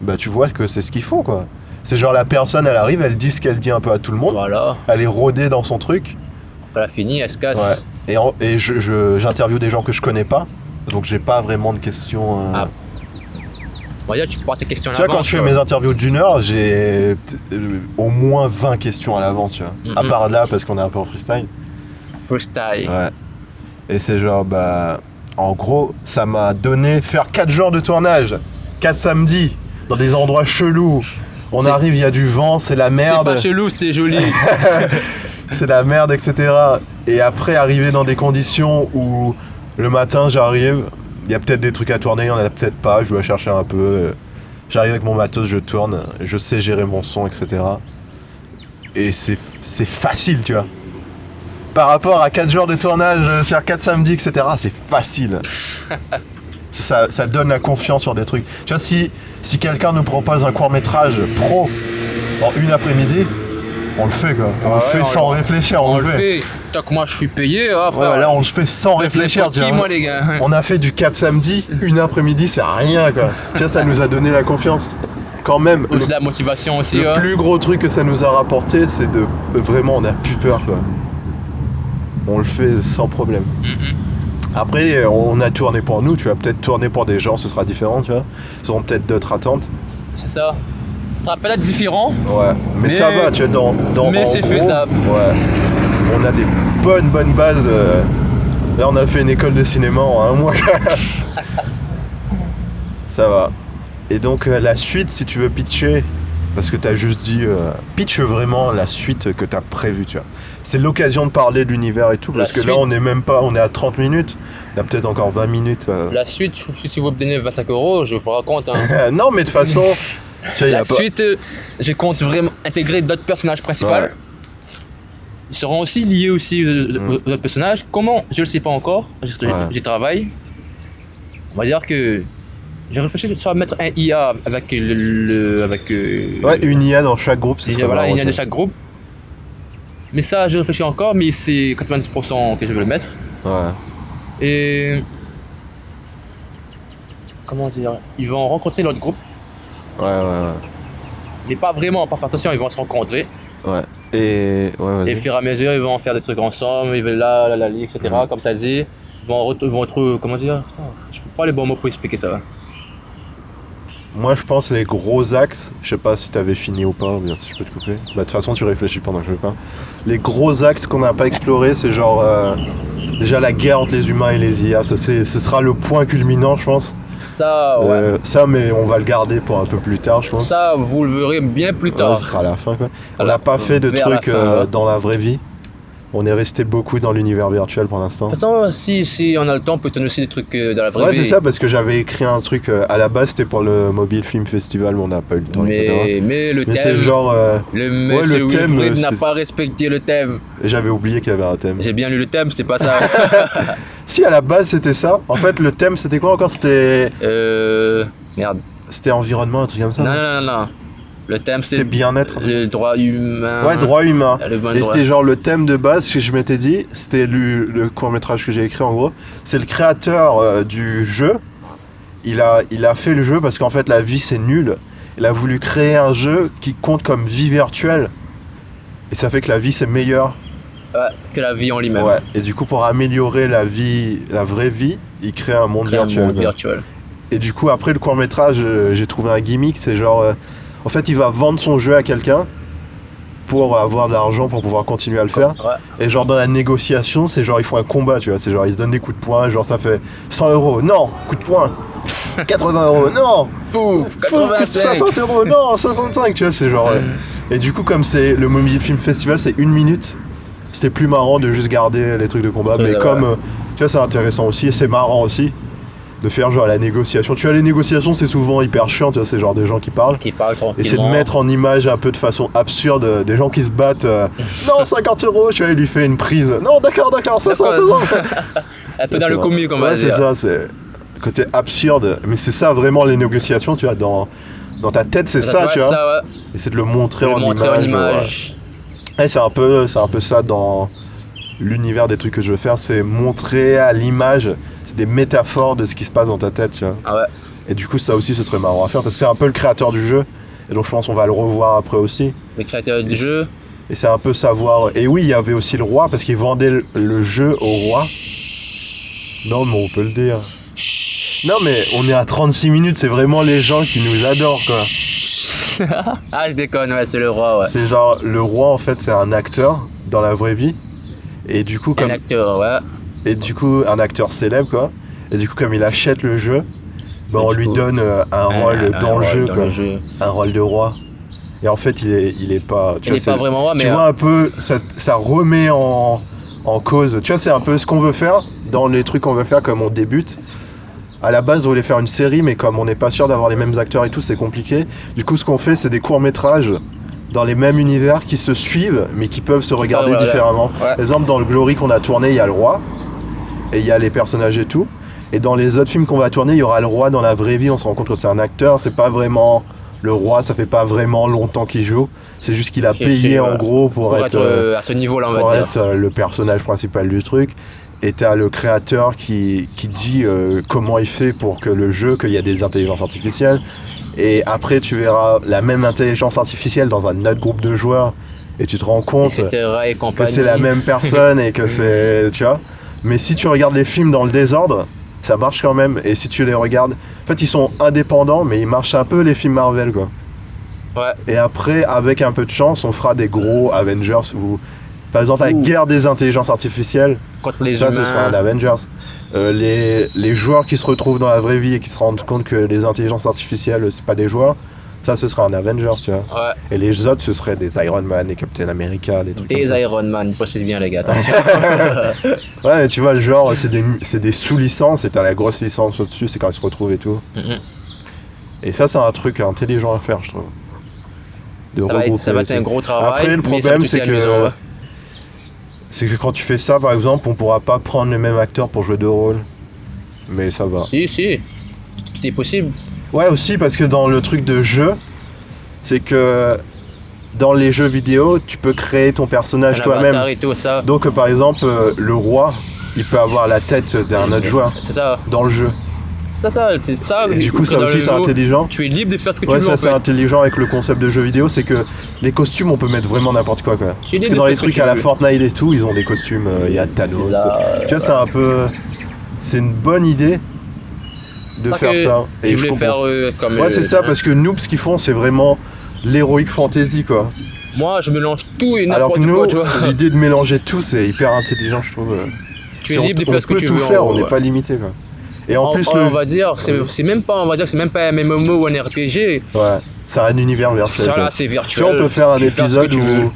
S3: bah tu vois que c'est ce qu'ils font, quoi. C'est genre la personne, elle arrive, elle dit ce qu'elle dit un peu à tout le monde.
S2: Voilà,
S3: Elle est rodée dans son truc.
S2: elle a fini, elle se
S3: Ouais.
S2: casse.
S3: Et, en- et je, je- j'interviewe des gens que je connais pas, donc j'ai pas vraiment de questions. euh,
S2: Ah, On va dire, tu prends tes questions
S3: tu vois,
S2: avant,
S3: quand je
S2: tu
S3: fais
S2: vois.
S3: mes interviews d'une heure, j'ai euh, au moins 20 questions à l'avance, tu vois. À
S2: Mhm.
S3: part là, parce qu'on est un peu en freestyle.
S2: Freestyle.
S3: Ouais. Et c'est genre, bah, en gros, ça m'a donné faire 4 jours de tournage, 4 samedis, dans des endroits chelous. On
S2: C'est-
S3: arrive, il y a du vent, c'est la
S2: C'est pas
S3: merde,
S2: chelou, c'était joli.
S3: c'est la merde, etc. Et après, arriver dans des conditions où le matin, j'arrive, il y a peut-être des trucs à tourner, il y en a peut-être pas, je dois chercher un peu. euh, J'arrive avec mon matos, je tourne, je sais gérer mon son, etc. Et c'est c'est facile, tu vois. Par rapport à 4 jours de tournage euh, sur 4 samedis, etc., c'est facile. ça, ça- ça donne la confiance sur des trucs. Tu vois, si, si quelqu'un nous propose un court-métrage pro en une après-midi, on le fait, quoi. On
S2: Ah
S3: le
S2: ouais,
S3: fait
S2: on
S3: sans
S2: le-
S3: réfléchir, on,
S2: On le fait. Tant que moi, je suis payé, ah, frère.
S3: Ouais, là, on le fait sans
S2: Je suis
S3: réfléchir,
S2: pas
S3: tu
S2: qui,
S3: vois.
S2: moi, les gars.
S3: On a fait du 4 samedis, une après-midi, c'est rien, quoi. tu vois, ça nous a donné la confiance. Quand même,
S2: Ou
S3: le-
S2: C'est de la motivation aussi.
S3: le
S2: hein.
S3: plus gros truc que ça nous a rapporté, c'est de vraiment on a plus peur quoi. On le fait sans problème.
S2: Mhm.
S3: Après, euh, on a tourné pour nous, tu vas peut-être tourner pour des gens, ce sera différent, tu vois. Ils auront peut-être d'autres attentes.
S2: C'est ça. Ça sera peut-être différent.
S3: Ouais. Mais, ça
S2: Mais-
S3: va, tu vois, dans, dans
S2: mais
S3: en
S2: c'est
S3: gros,
S2: faisable.
S3: Ouais. On a des bonnes bonnes bases. euh, Là, on a fait une école de cinéma en un mois. ça va. Et donc euh, la suite, si tu veux pitcher, parce que t'as juste dit euh, pitch vraiment la suite que t'as prévue, tu vois. C'est l'occasion de parler de l'univers et tout,
S2: La
S3: parce que là
S2: suite.
S3: on est même pas, on est à 30 minutes. On a peut-être encore 20 minutes. euh.
S2: La suite, je- si vous me donnez 25 euros, je vous raconte. hein.
S3: Euh, non, mais de toute façon, tu vois, y
S2: La
S3: a pas-
S2: suite, euh, je compte vraiment intégrer d'autres personnages principaux.
S3: Ouais.
S2: Ils seront aussi liés aussi aux, aux-
S3: Mm.
S2: aux autres personnages. Comment Je le sais pas encore. J'y
S3: Ouais.
S2: j'y travaille. On va dire que j'ai réfléchi sur mettre un IA avec le, le- avec. euh,
S3: Ouais, une IA dans chaque groupe, c'est
S2: déjà, voilà, une IA de chaque groupe. Mais ça, j'ai réfléchi encore, mais c'est 90% que je veux le mettre.
S3: Ouais.
S2: Et. Comment dire Ils vont rencontrer l'autre groupe,
S3: Ouais, ouais, ouais.
S2: mais pas vraiment, pas faire attention, ils vont se rencontrer.
S3: Ouais. Et ouais,
S2: Et au
S3: vas-y.
S2: fur et à mesure, ils vont faire des trucs ensemble, ils veulent là, là, là, là, etc.
S3: Mhm.
S2: Comme t'as dit, ils vont, ret- ils vont retrouver. Comment dire Putain, Je peux pas les bons mots pour expliquer ça.
S3: Moi, je pense les gros axes. Je sais pas si t'avais fini ou pas, ou bien si je peux te couper. Bah, de toute façon, tu réfléchis pendant que je vais pas. Les gros axes qu'on n'a pas explorés, c'est genre euh, déjà la guerre entre les humains et les IA. Ça, c'est, ce sera le point culminant, je pense.
S2: Ça, Ah ouais.
S3: Euh, ça, mais on va le garder pour un peu plus tard, je pense.
S2: Ça, vous le verrez bien plus
S3: Ouais,
S2: tard.
S3: ce sera à la fin, quoi.
S2: À
S3: On
S2: la-
S3: n'a pas fait de
S2: vers la
S3: trucs
S2: fin,
S3: euh,
S2: ouais.
S3: dans la vraie vie. On est resté beaucoup dans l'univers virtuel pour l'instant.
S2: De toute façon, si, si on a le temps, on peut tenir aussi des trucs euh, dans la vraie
S3: Ouais,
S2: vie.
S3: c'est ça, parce que j'avais écrit un truc euh, à la base, c'était pour le Mobile Film Festival, mais on n'a pas eu le temps, etc.
S2: Mais, mais le
S3: Mais c'est
S2: thème,
S3: genre. euh,
S2: le monsieur
S3: le thème,
S2: Wilfried
S3: euh,
S2: n'a
S3: c'est-
S2: pas respecté le thème.
S3: J'avais oublié qu'il y avait un thème.
S2: J'ai bien lu le thème, c'était pas ça.
S3: Si à la base c'était ça, en fait le thème c'était quoi encore C'était
S2: euh. Merde.
S3: c'était environnement, un truc comme ça.
S2: Non,
S3: non
S2: non, non, non. Le thème,
S3: C'était
S2: c'est
S3: bien-être. un truc.
S2: le droit humain.
S3: Ouais, droit humain.
S2: Le bon
S3: Et
S2: droit.
S3: c'était genre le thème de base que je m'étais dit, c'était le, court métrage que j'ai écrit en gros. C'est le créateur euh, du jeu. Il a, il a fait le jeu parce qu'en fait la vie c'est nul. Il a voulu créer un jeu qui compte comme vie virtuelle. Et ça fait que la vie c'est meilleur.
S2: Ouais, que la vie en lui-même.
S3: Ouais. Et du coup pour améliorer la vie, la vraie vie, il crée un monde
S2: Créer un
S3: virtuel.
S2: monde virtuel.
S3: Et du coup, après le court métrage, euh, j'ai trouvé un gimmick. C'est genre, euh, en fait, il va vendre son jeu à quelqu'un pour avoir de l'argent pour pouvoir continuer à le faire.
S2: Ouais.
S3: Et genre dans la négociation, c'est genre ils font un combat, tu vois. C'est genre ils se donnent des coups de poing. Genre ça fait 100 euros, non, coup de poing. 80 euros, non.
S2: Pouf, 85.
S3: 60 euros, non, 65, tu vois. C'est genre. euh, Et du coup, comme c'est le Mobile Film Festival, c'est une minute. C'était plus marrant de juste garder les trucs de combat,
S2: Très
S3: mais
S2: bien,
S3: comme euh, tu vois, c'est intéressant aussi, et c'est marrant aussi. de faire genre la négociation. Tu vois, les négociations, c'est souvent hyper chiant, tu vois, c'est genre des gens qui parlent.
S2: qui parle
S3: Et c'est de
S2: tranquillement.
S3: mettre en image un peu de façon absurde euh, des gens qui se battent. euh, non, 50 euros, tu vois, il lui fait une prise. Non, d'accord, d'accord, 60,
S2: D'accord.
S3: 60.
S2: un peu dans le comique, on
S3: comme
S2: va
S3: Ouais, c'est
S2: dire.
S3: ça, c'est le côté absurde. Mais c'est ça vraiment les négociations, tu vois, dans, dans ta tête, c'est ça,
S2: ouais,
S3: tu vois.
S2: Ça, ouais.
S3: Et c'est de le montrer
S2: Le
S3: en
S2: montrer
S3: image.
S2: en image.
S3: ouais. Ouais, c'est un peu, c'est un peu ça dans l'univers des trucs que je veux faire, c'est montrer à l'image, c'est des métaphores de ce qui se passe dans ta tête, tu vois.
S2: Ah ouais.
S3: Et du coup, ça aussi, ce serait marrant à faire parce que c'est un peu le créateur du jeu. Et donc, je pense qu'on va le revoir après aussi.
S2: Le créateur du
S3: Et
S2: jeu.
S3: Et c'est un peu savoir. Et oui, il y avait aussi le roi parce qu'il vendait le- le jeu au roi. Non, mais on peut le dire. Non, mais on est à 36 minutes, c'est vraiment les gens qui nous adorent, quoi.
S2: Ah, je déconne, ouais, c'est le roi, ouais.
S3: C'est genre, le roi, en fait, c'est un acteur dans la vraie vie. Et du coup,
S2: Un
S3: comme.
S2: acteur, ouais.
S3: Et du coup, un acteur célèbre, quoi. Et du coup, comme il achète le jeu, bah,
S2: Et
S3: on
S2: du
S3: lui
S2: coup,
S3: donne euh, un rôle
S2: Un- un
S3: dans le
S2: rôle
S3: jeu,
S2: dans
S3: quoi.
S2: le jeu.
S3: Un rôle de roi. Et en fait, il est, il est pas. tu
S2: Il
S3: vois,
S2: n'est
S3: c'est-
S2: pas vraiment roi, mais. euh,
S3: tu vois un peu, ça, ça remet en, en cause. Tu vois, c'est un peu ce qu'on veut faire dans les trucs qu'on veut faire comme on débute. À la base, on voulait faire une série, mais comme on n'est pas sûr d'avoir les mêmes acteurs et tout, c'est compliqué. Du coup, ce qu'on fait, c'est des courts-métrages dans les mêmes univers qui se suivent, mais qui peuvent se regarder
S2: voilà.
S3: différemment.
S2: Ouais.
S3: Par exemple, dans le Glory qu'on a tourné, il y a le roi, et il y a les personnages et tout. Et dans les autres films qu'on va tourner, il y aura le roi dans la vraie vie. On se rend compte que c'est un acteur, c'est pas vraiment le roi, ça fait pas vraiment longtemps qu'il joue. C'est juste qu'il a
S2: C'est-
S3: payé
S2: c'est-
S3: en
S2: voilà.
S3: gros pour,
S2: pour
S3: être,
S2: être
S3: euh,
S2: euh, à ce niveau-là, on
S3: pour
S2: va dire.
S3: être, euh, le personnage principal du truc. Et t'as le créateur qui, qui dit euh, comment il fait pour que le jeu, qu'il y a des intelligences artificielles. Et après, tu verras la même intelligence artificielle dans un autre groupe de joueurs. Et tu te rends compte
S2: Etc. et
S3: que
S2: compagnie.
S3: c'est la même personne et que c'est. Tu vois Mais si tu regardes les films dans le désordre, ça marche quand même. Et si tu les regardes. En fait, ils sont indépendants, mais ils marchent un peu les films Marvel, quoi.
S2: Ouais.
S3: Et après, avec un peu de chance, on fera des gros Avengers où. Par exemple, la
S2: Ouh.
S3: guerre des intelligences artificielles,
S2: Contre les
S3: ça,
S2: humains.
S3: ce sera un Avengers. Euh, les, les joueurs qui se retrouvent dans la vraie vie et qui se rendent compte que les intelligences artificielles, c'est pas des joueurs, ça, ce sera un Avengers, tu vois.
S2: Ouais.
S3: Et les autres, ce seraient des Iron Man, des Captain America, des trucs comme ça.
S2: Des Iron Man, postez bien les gars, attention.
S3: Ouais, mais tu vois, le genre, c'est des, c'est des sous-licences, et t'as la grosse licence au-dessus, c'est quand ils se retrouvent et tout.
S2: Mhm.
S3: Et ça, c'est un truc intelligent à faire, je trouve. De
S2: ça va être,
S3: regrouper
S2: ça va
S3: les
S2: être un
S3: trucs.
S2: gros travail.
S3: Après, le
S2: mais ça va
S3: problème,
S2: être
S3: c'est que.
S2: amusant, ouais.
S3: C'est que quand tu fais ça, par exemple, on pourra pas prendre les mêmes acteurs pour jouer deux rôles. Mais ça va.
S2: Si, si. Tout est possible.
S3: Ouais, aussi, parce que dans le truc de jeu, c'est que. Dans les jeux vidéo, tu peux créer ton
S2: Un
S3: personnage toi-même.
S2: avatar et tout ça.
S3: Donc, euh, par exemple, euh, le roi, il peut avoir la tête d'un autre joueur
S2: C'est ça.
S3: dans le jeu.
S2: C'est ça, c'est ça.
S3: Et du coup, ça
S2: Ah Dans le
S3: aussi, c'est
S2: lot,
S3: intelligent.
S2: Tu es libre de faire ce que tu
S3: Ouais,
S2: veux.
S3: ça
S2: en
S3: c'est
S2: fait.
S3: intelligent avec le concept de jeu vidéo, c'est que les costumes, on peut mettre vraiment n'importe quoi. quoi.
S2: Tu
S3: Parce
S2: les
S3: que dans
S2: fais
S3: les
S2: ce que
S3: trucs
S2: tu
S3: à la
S2: veux.
S3: Fortnite et tout, ils ont des costumes, euh, il y a Thanos.
S2: Bizarre,
S3: tu vois, c'est un peu. C'est une bonne idée de
S2: Ça
S3: faire
S2: que
S3: ça.
S2: Tu
S3: Et je
S2: voulais
S3: comprends.
S2: faire euh, comme.
S3: Ouais, c'est
S2: euh,
S3: ça, parce que Noob, ce qu'ils font, c'est vraiment l'héroïque fantasy quoi.
S2: Moi, je mélange tout et
S3: Alors que
S2: n'importe
S3: nous,
S2: quoi, tu vois.
S3: l'idée de mélanger tout, c'est hyper intelligent je trouve.
S2: Tu es
S3: C'est- on-
S2: libre de
S3: on
S2: faire ce que
S3: peut
S2: tu
S3: tout
S2: veux. en
S3: faire,
S2: gros,
S3: on n'est
S2: ouais.
S3: pas limité quoi. Et en,
S2: En-
S3: plus
S2: en-
S3: le...
S2: on va dire, c'est c'est même pas, on va dire, que c'est même pas un MMO ou un RPG.
S3: ouais, ça a un univers virtuel.
S2: Ça
S3: quoi.
S2: là, c'est
S3: Tu vois,
S2: virtuel.
S3: on peut faire un
S2: Tu fais ce que
S3: épisode
S2: tu veux.
S3: où,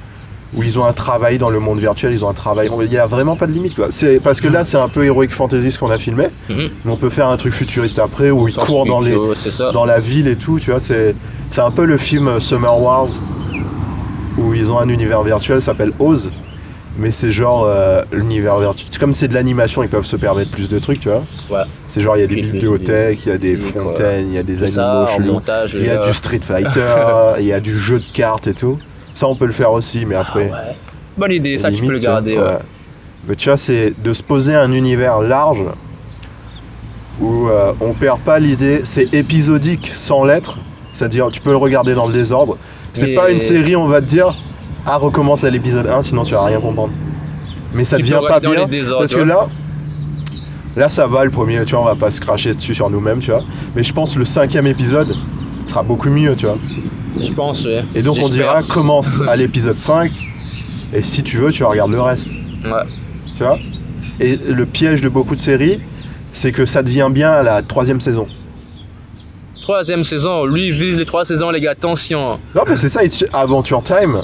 S3: où ils ont un travail dans le monde virtuel, ils ont un travail. Il n'y a vraiment pas de limite, quoi. C'est parce que là, c'est un peu Heroic Fantasy ce qu'on a filmé,
S2: Mhm.
S3: mais on peut faire un truc futuriste après où ils
S2: Sans euh.
S3: courent dans, les,
S2: studio, C'est ça.
S3: dans la ville et tout. Tu vois, c'est c'est un peu le film euh, Summer Wars où ils ont un univers virtuel, ça s'appelle Oz. Mais c'est genre euh, l'univers virtuel. C'est Comme c'est de l'animation, ils peuvent se permettre plus de trucs, tu vois.
S2: Ouais.
S3: C'est genre, il y a des
S2: J'ai plus de-
S3: bibliothèques, il y a des
S2: Donc, voilà.
S3: fontaines, il y a des
S2: Tout ça,
S3: animaux
S2: en
S3: chelous.
S2: montage. euh,
S3: Il y a
S2: les gars.
S3: du Street Fighter, il y a du jeu de cartes et tout. Ça, on peut le faire aussi, mais après.
S2: Ah ouais. Bonne idée, ça tu peux le
S3: limite, tu vois,
S2: garder. ouais.
S3: ouais. Mais tu vois, c'est de se poser un univers large où euh, on perd pas l'idée. C'est épisodique sans l'être, c'est-à-dire tu peux le regarder dans le désordre. C'est
S2: Mais-
S3: pas une série, on va te dire, ah, recommence à l'épisode 1, sinon tu vas rien comprendre. Mais ça
S2: Tu peux
S3: devient pas
S2: regarder dans
S3: bien.
S2: les désordres,
S3: parce
S2: tu
S3: que
S2: vois.
S3: là. Là ça va le premier, tu vois, on va pas se cracher dessus sur nous-mêmes, tu vois. Mais je pense le cinquième épisode sera beaucoup mieux, tu vois.
S2: Je pense, ouais.
S3: Et donc on
S2: J'espère.
S3: dira commence à l'épisode 5 et si tu veux tu regardes le reste.
S2: Ouais.
S3: Tu vois Et le piège de beaucoup de séries, c'est que ça devient bien à la troisième saison.
S2: Troisième saison, lui il vise les trois saisons, les gars, attention.
S3: Non mais c'est ça, It's Adventure Time,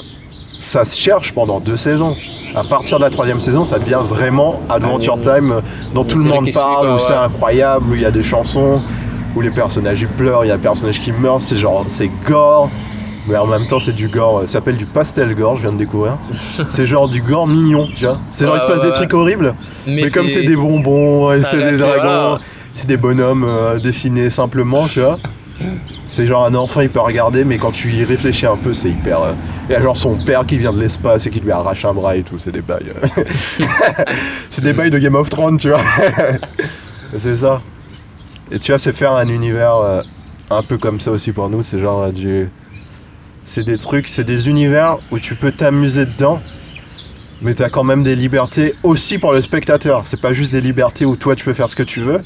S3: ça se cherche pendant deux saisons. à partir de la troisième saison, ça devient vraiment Adventure
S2: Ah,
S3: Time euh, dont tout le
S2: c'est la
S3: monde
S2: question,
S3: parle,
S2: quoi,
S3: où c'est
S2: ouais.
S3: incroyable, où il y a des chansons, où les personnages ils pleurent, il y a des personnages qui meurent, c'est genre c'est gore. Mais en même temps, c'est du gore, euh, ça s'appelle du pastel gore, je viens de découvrir. c'est genre du gore mignon, tu vois. C'est genre,
S2: Ouais,
S3: il se passe
S2: ouais,
S3: des
S2: ouais.
S3: trucs horribles, mais, comme c'est des bonbons, et
S2: Ça
S3: c'est des
S2: reste-
S3: dragons,
S2: voilà.
S3: c'est des bonhommes euh, dessinés simplement, tu vois. C'est genre un enfant, il peut regarder, mais quand tu y réfléchis un peu, c'est hyper. euh, Il y a genre son père qui vient de l'espace et qui lui arrache un bras et tout, c'est des bails. euh. c'est des bails de Game of Thrones, tu vois. c'est ça. Et tu vois, c'est faire un univers euh, un peu comme ça aussi pour nous, c'est genre euh, du. C'est des trucs, c'est des univers où tu peux t'amuser dedans, mais t'as quand même des libertés aussi pour le spectateur. C'est pas juste des libertés où toi tu peux faire ce que tu veux.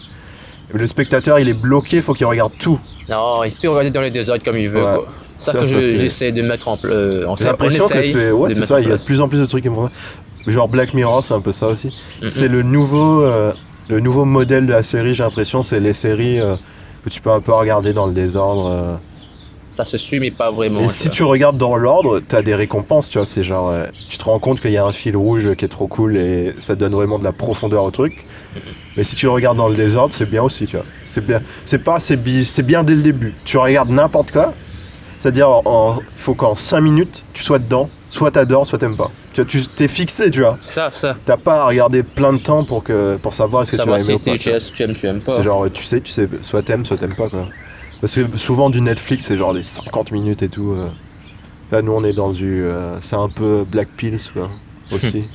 S3: Le spectateur il est bloqué, faut qu'il regarde tout.
S2: Non, il peut regarder dans les désordres comme il veut.
S3: Ouais.
S2: quoi. Ça,
S3: Ça,
S2: que
S3: ça,
S2: je-
S3: c'est-
S2: j'essaie de mettre en place. on
S3: J'ai
S2: s'est- on
S3: l'impression que
S2: essaye
S3: c'est. Ouais,
S2: de
S3: c'est
S2: mettre
S3: ça,
S2: en
S3: il y a de
S2: place.
S3: plus en plus de trucs qui me font- Genre Black Mirror, c'est un peu ça aussi.
S2: Mhm.
S3: C'est le nouveau. euh, le nouveau modèle de la série, j'ai l'impression, c'est les séries euh, que tu peux un peu regarder dans le désordre. euh,
S2: Ça se suit, mais pas vraiment.
S3: Et
S2: tu
S3: si
S2: vois.
S3: tu regardes dans l'ordre, t'as des récompenses, tu vois. C'est genre, euh, tu te rends compte qu'il y a un fil rouge qui est trop cool et ça donne vraiment de la profondeur au truc. Mais si tu le regardes dans le désordre, c'est bien aussi, tu vois. C'est bien, c'est pas, c'est bi- c'est bien dès le début. Tu regardes n'importe quoi. C'est-à-dire, en- en- faut qu'en 5 minutes, tu sois dedans. Soit t'adores, soit t'aimes pas. Tu vois, tu t'es fixé, tu vois.
S2: Ça, ça.
S3: T'as pas à regarder plein de temps pour que, pour savoir est-ce que
S2: Savoir
S3: tu vas
S2: si
S3: aimer ou
S2: tu
S3: pas. tu vois.
S2: tu aimes, tu aimes pas.
S3: C'est genre, tu sais, tu sais, soit t'aimes, soit t'aimes pas, quoi. Parce que souvent du Netflix, c'est genre des 50 minutes et tout. euh. Là, nous, on est dans du. euh, c'est un peu Black Pills, quoi, aussi.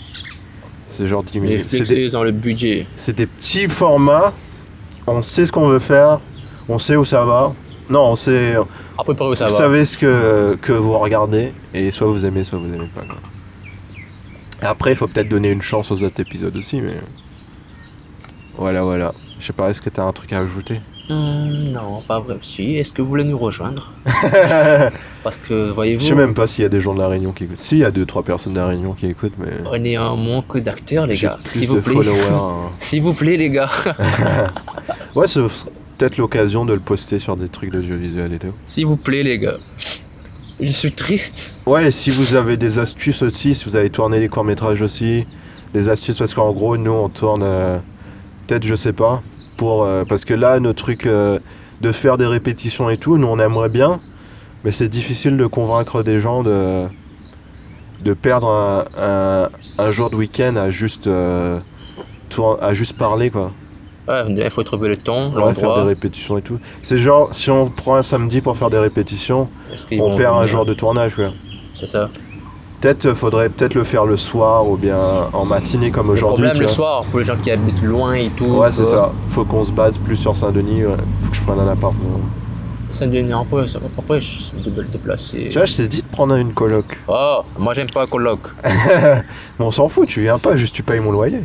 S3: c'est genre 10 minutes. C'est
S2: Netflix
S3: des,
S2: ils ont le budget.
S3: c'est des petits formats. On sait ce qu'on veut faire. On sait où ça va. Non, on sait.
S2: À peu près où ça
S3: vous
S2: va.
S3: savez ce que, que vous regardez. Et soit vous aimez, soit vous aimez pas, quoi. Après, il faut peut-être donner une chance aux autres épisodes aussi, mais. Voilà, voilà. Je sais pas, est-ce que t'as un truc à ajouter
S2: Hmm, non, pas vrai. Si, est-ce que vous voulez nous rejoindre Parce que,
S3: Je sais
S2: voyez-vous,
S3: même pas s'il y a des gens de la Réunion qui écoutent. Si, il y a deux, trois personnes de la Réunion qui écoutent, mais.
S2: on est en manque d'acteurs, les
S3: j'ai
S2: gars.
S3: plus
S2: S'il
S3: de
S2: vous plaît.
S3: followers, hein.
S2: S'il vous plaît, les gars.
S3: Ouais, ce serait peut-être l'occasion de le poster sur des trucs d'audiovisuel et tout.
S2: S'il vous plaît, les gars. Je suis triste.
S3: Ouais, et si vous avez des astuces aussi, si vous avez tourné des courts-métrages aussi, des astuces, parce qu'en gros, nous, on tourne. euh, peut-être, je sais pas. Pour, euh, parce que là, nos trucs euh, de faire des répétitions et tout, nous, on aimerait bien. Mais c'est difficile de convaincre des gens de, de perdre un, un- un jour de week-end à juste, euh, tour- à juste parler, quoi.
S2: Ouais, il faut trouver le temps,
S3: Ouais, faire des
S2: l'endroit.
S3: répétitions et tout. C'est genre, si on prend un samedi pour faire des répétitions,
S2: Est-ce qu'ils
S3: on
S2: vont
S3: perd un
S2: venir
S3: jour de tournage, quoi.
S2: C'est ça.
S3: Peut-être euh, faudrait peut-être le faire le soir ou bien en matinée comme
S2: Le
S3: aujourd'hui.
S2: problème,
S3: tu
S2: le
S3: vois.
S2: soir, euh, pour les gens qui habitent loin et tout.
S3: Ouais, c'est
S2: quoi.
S3: ça. Faut qu'on se base plus sur Saint-Denis. ouais. Faut que je prenne un appartement.
S2: Ça devient un peu. ça- Après, je me dé- déplacer.
S3: Tu vois, je t'ai dit de prendre une coloc.
S2: Oh, moi, j'aime pas colloque.
S3: Mais on s'en fout, tu viens pas, juste tu payes mon loyer.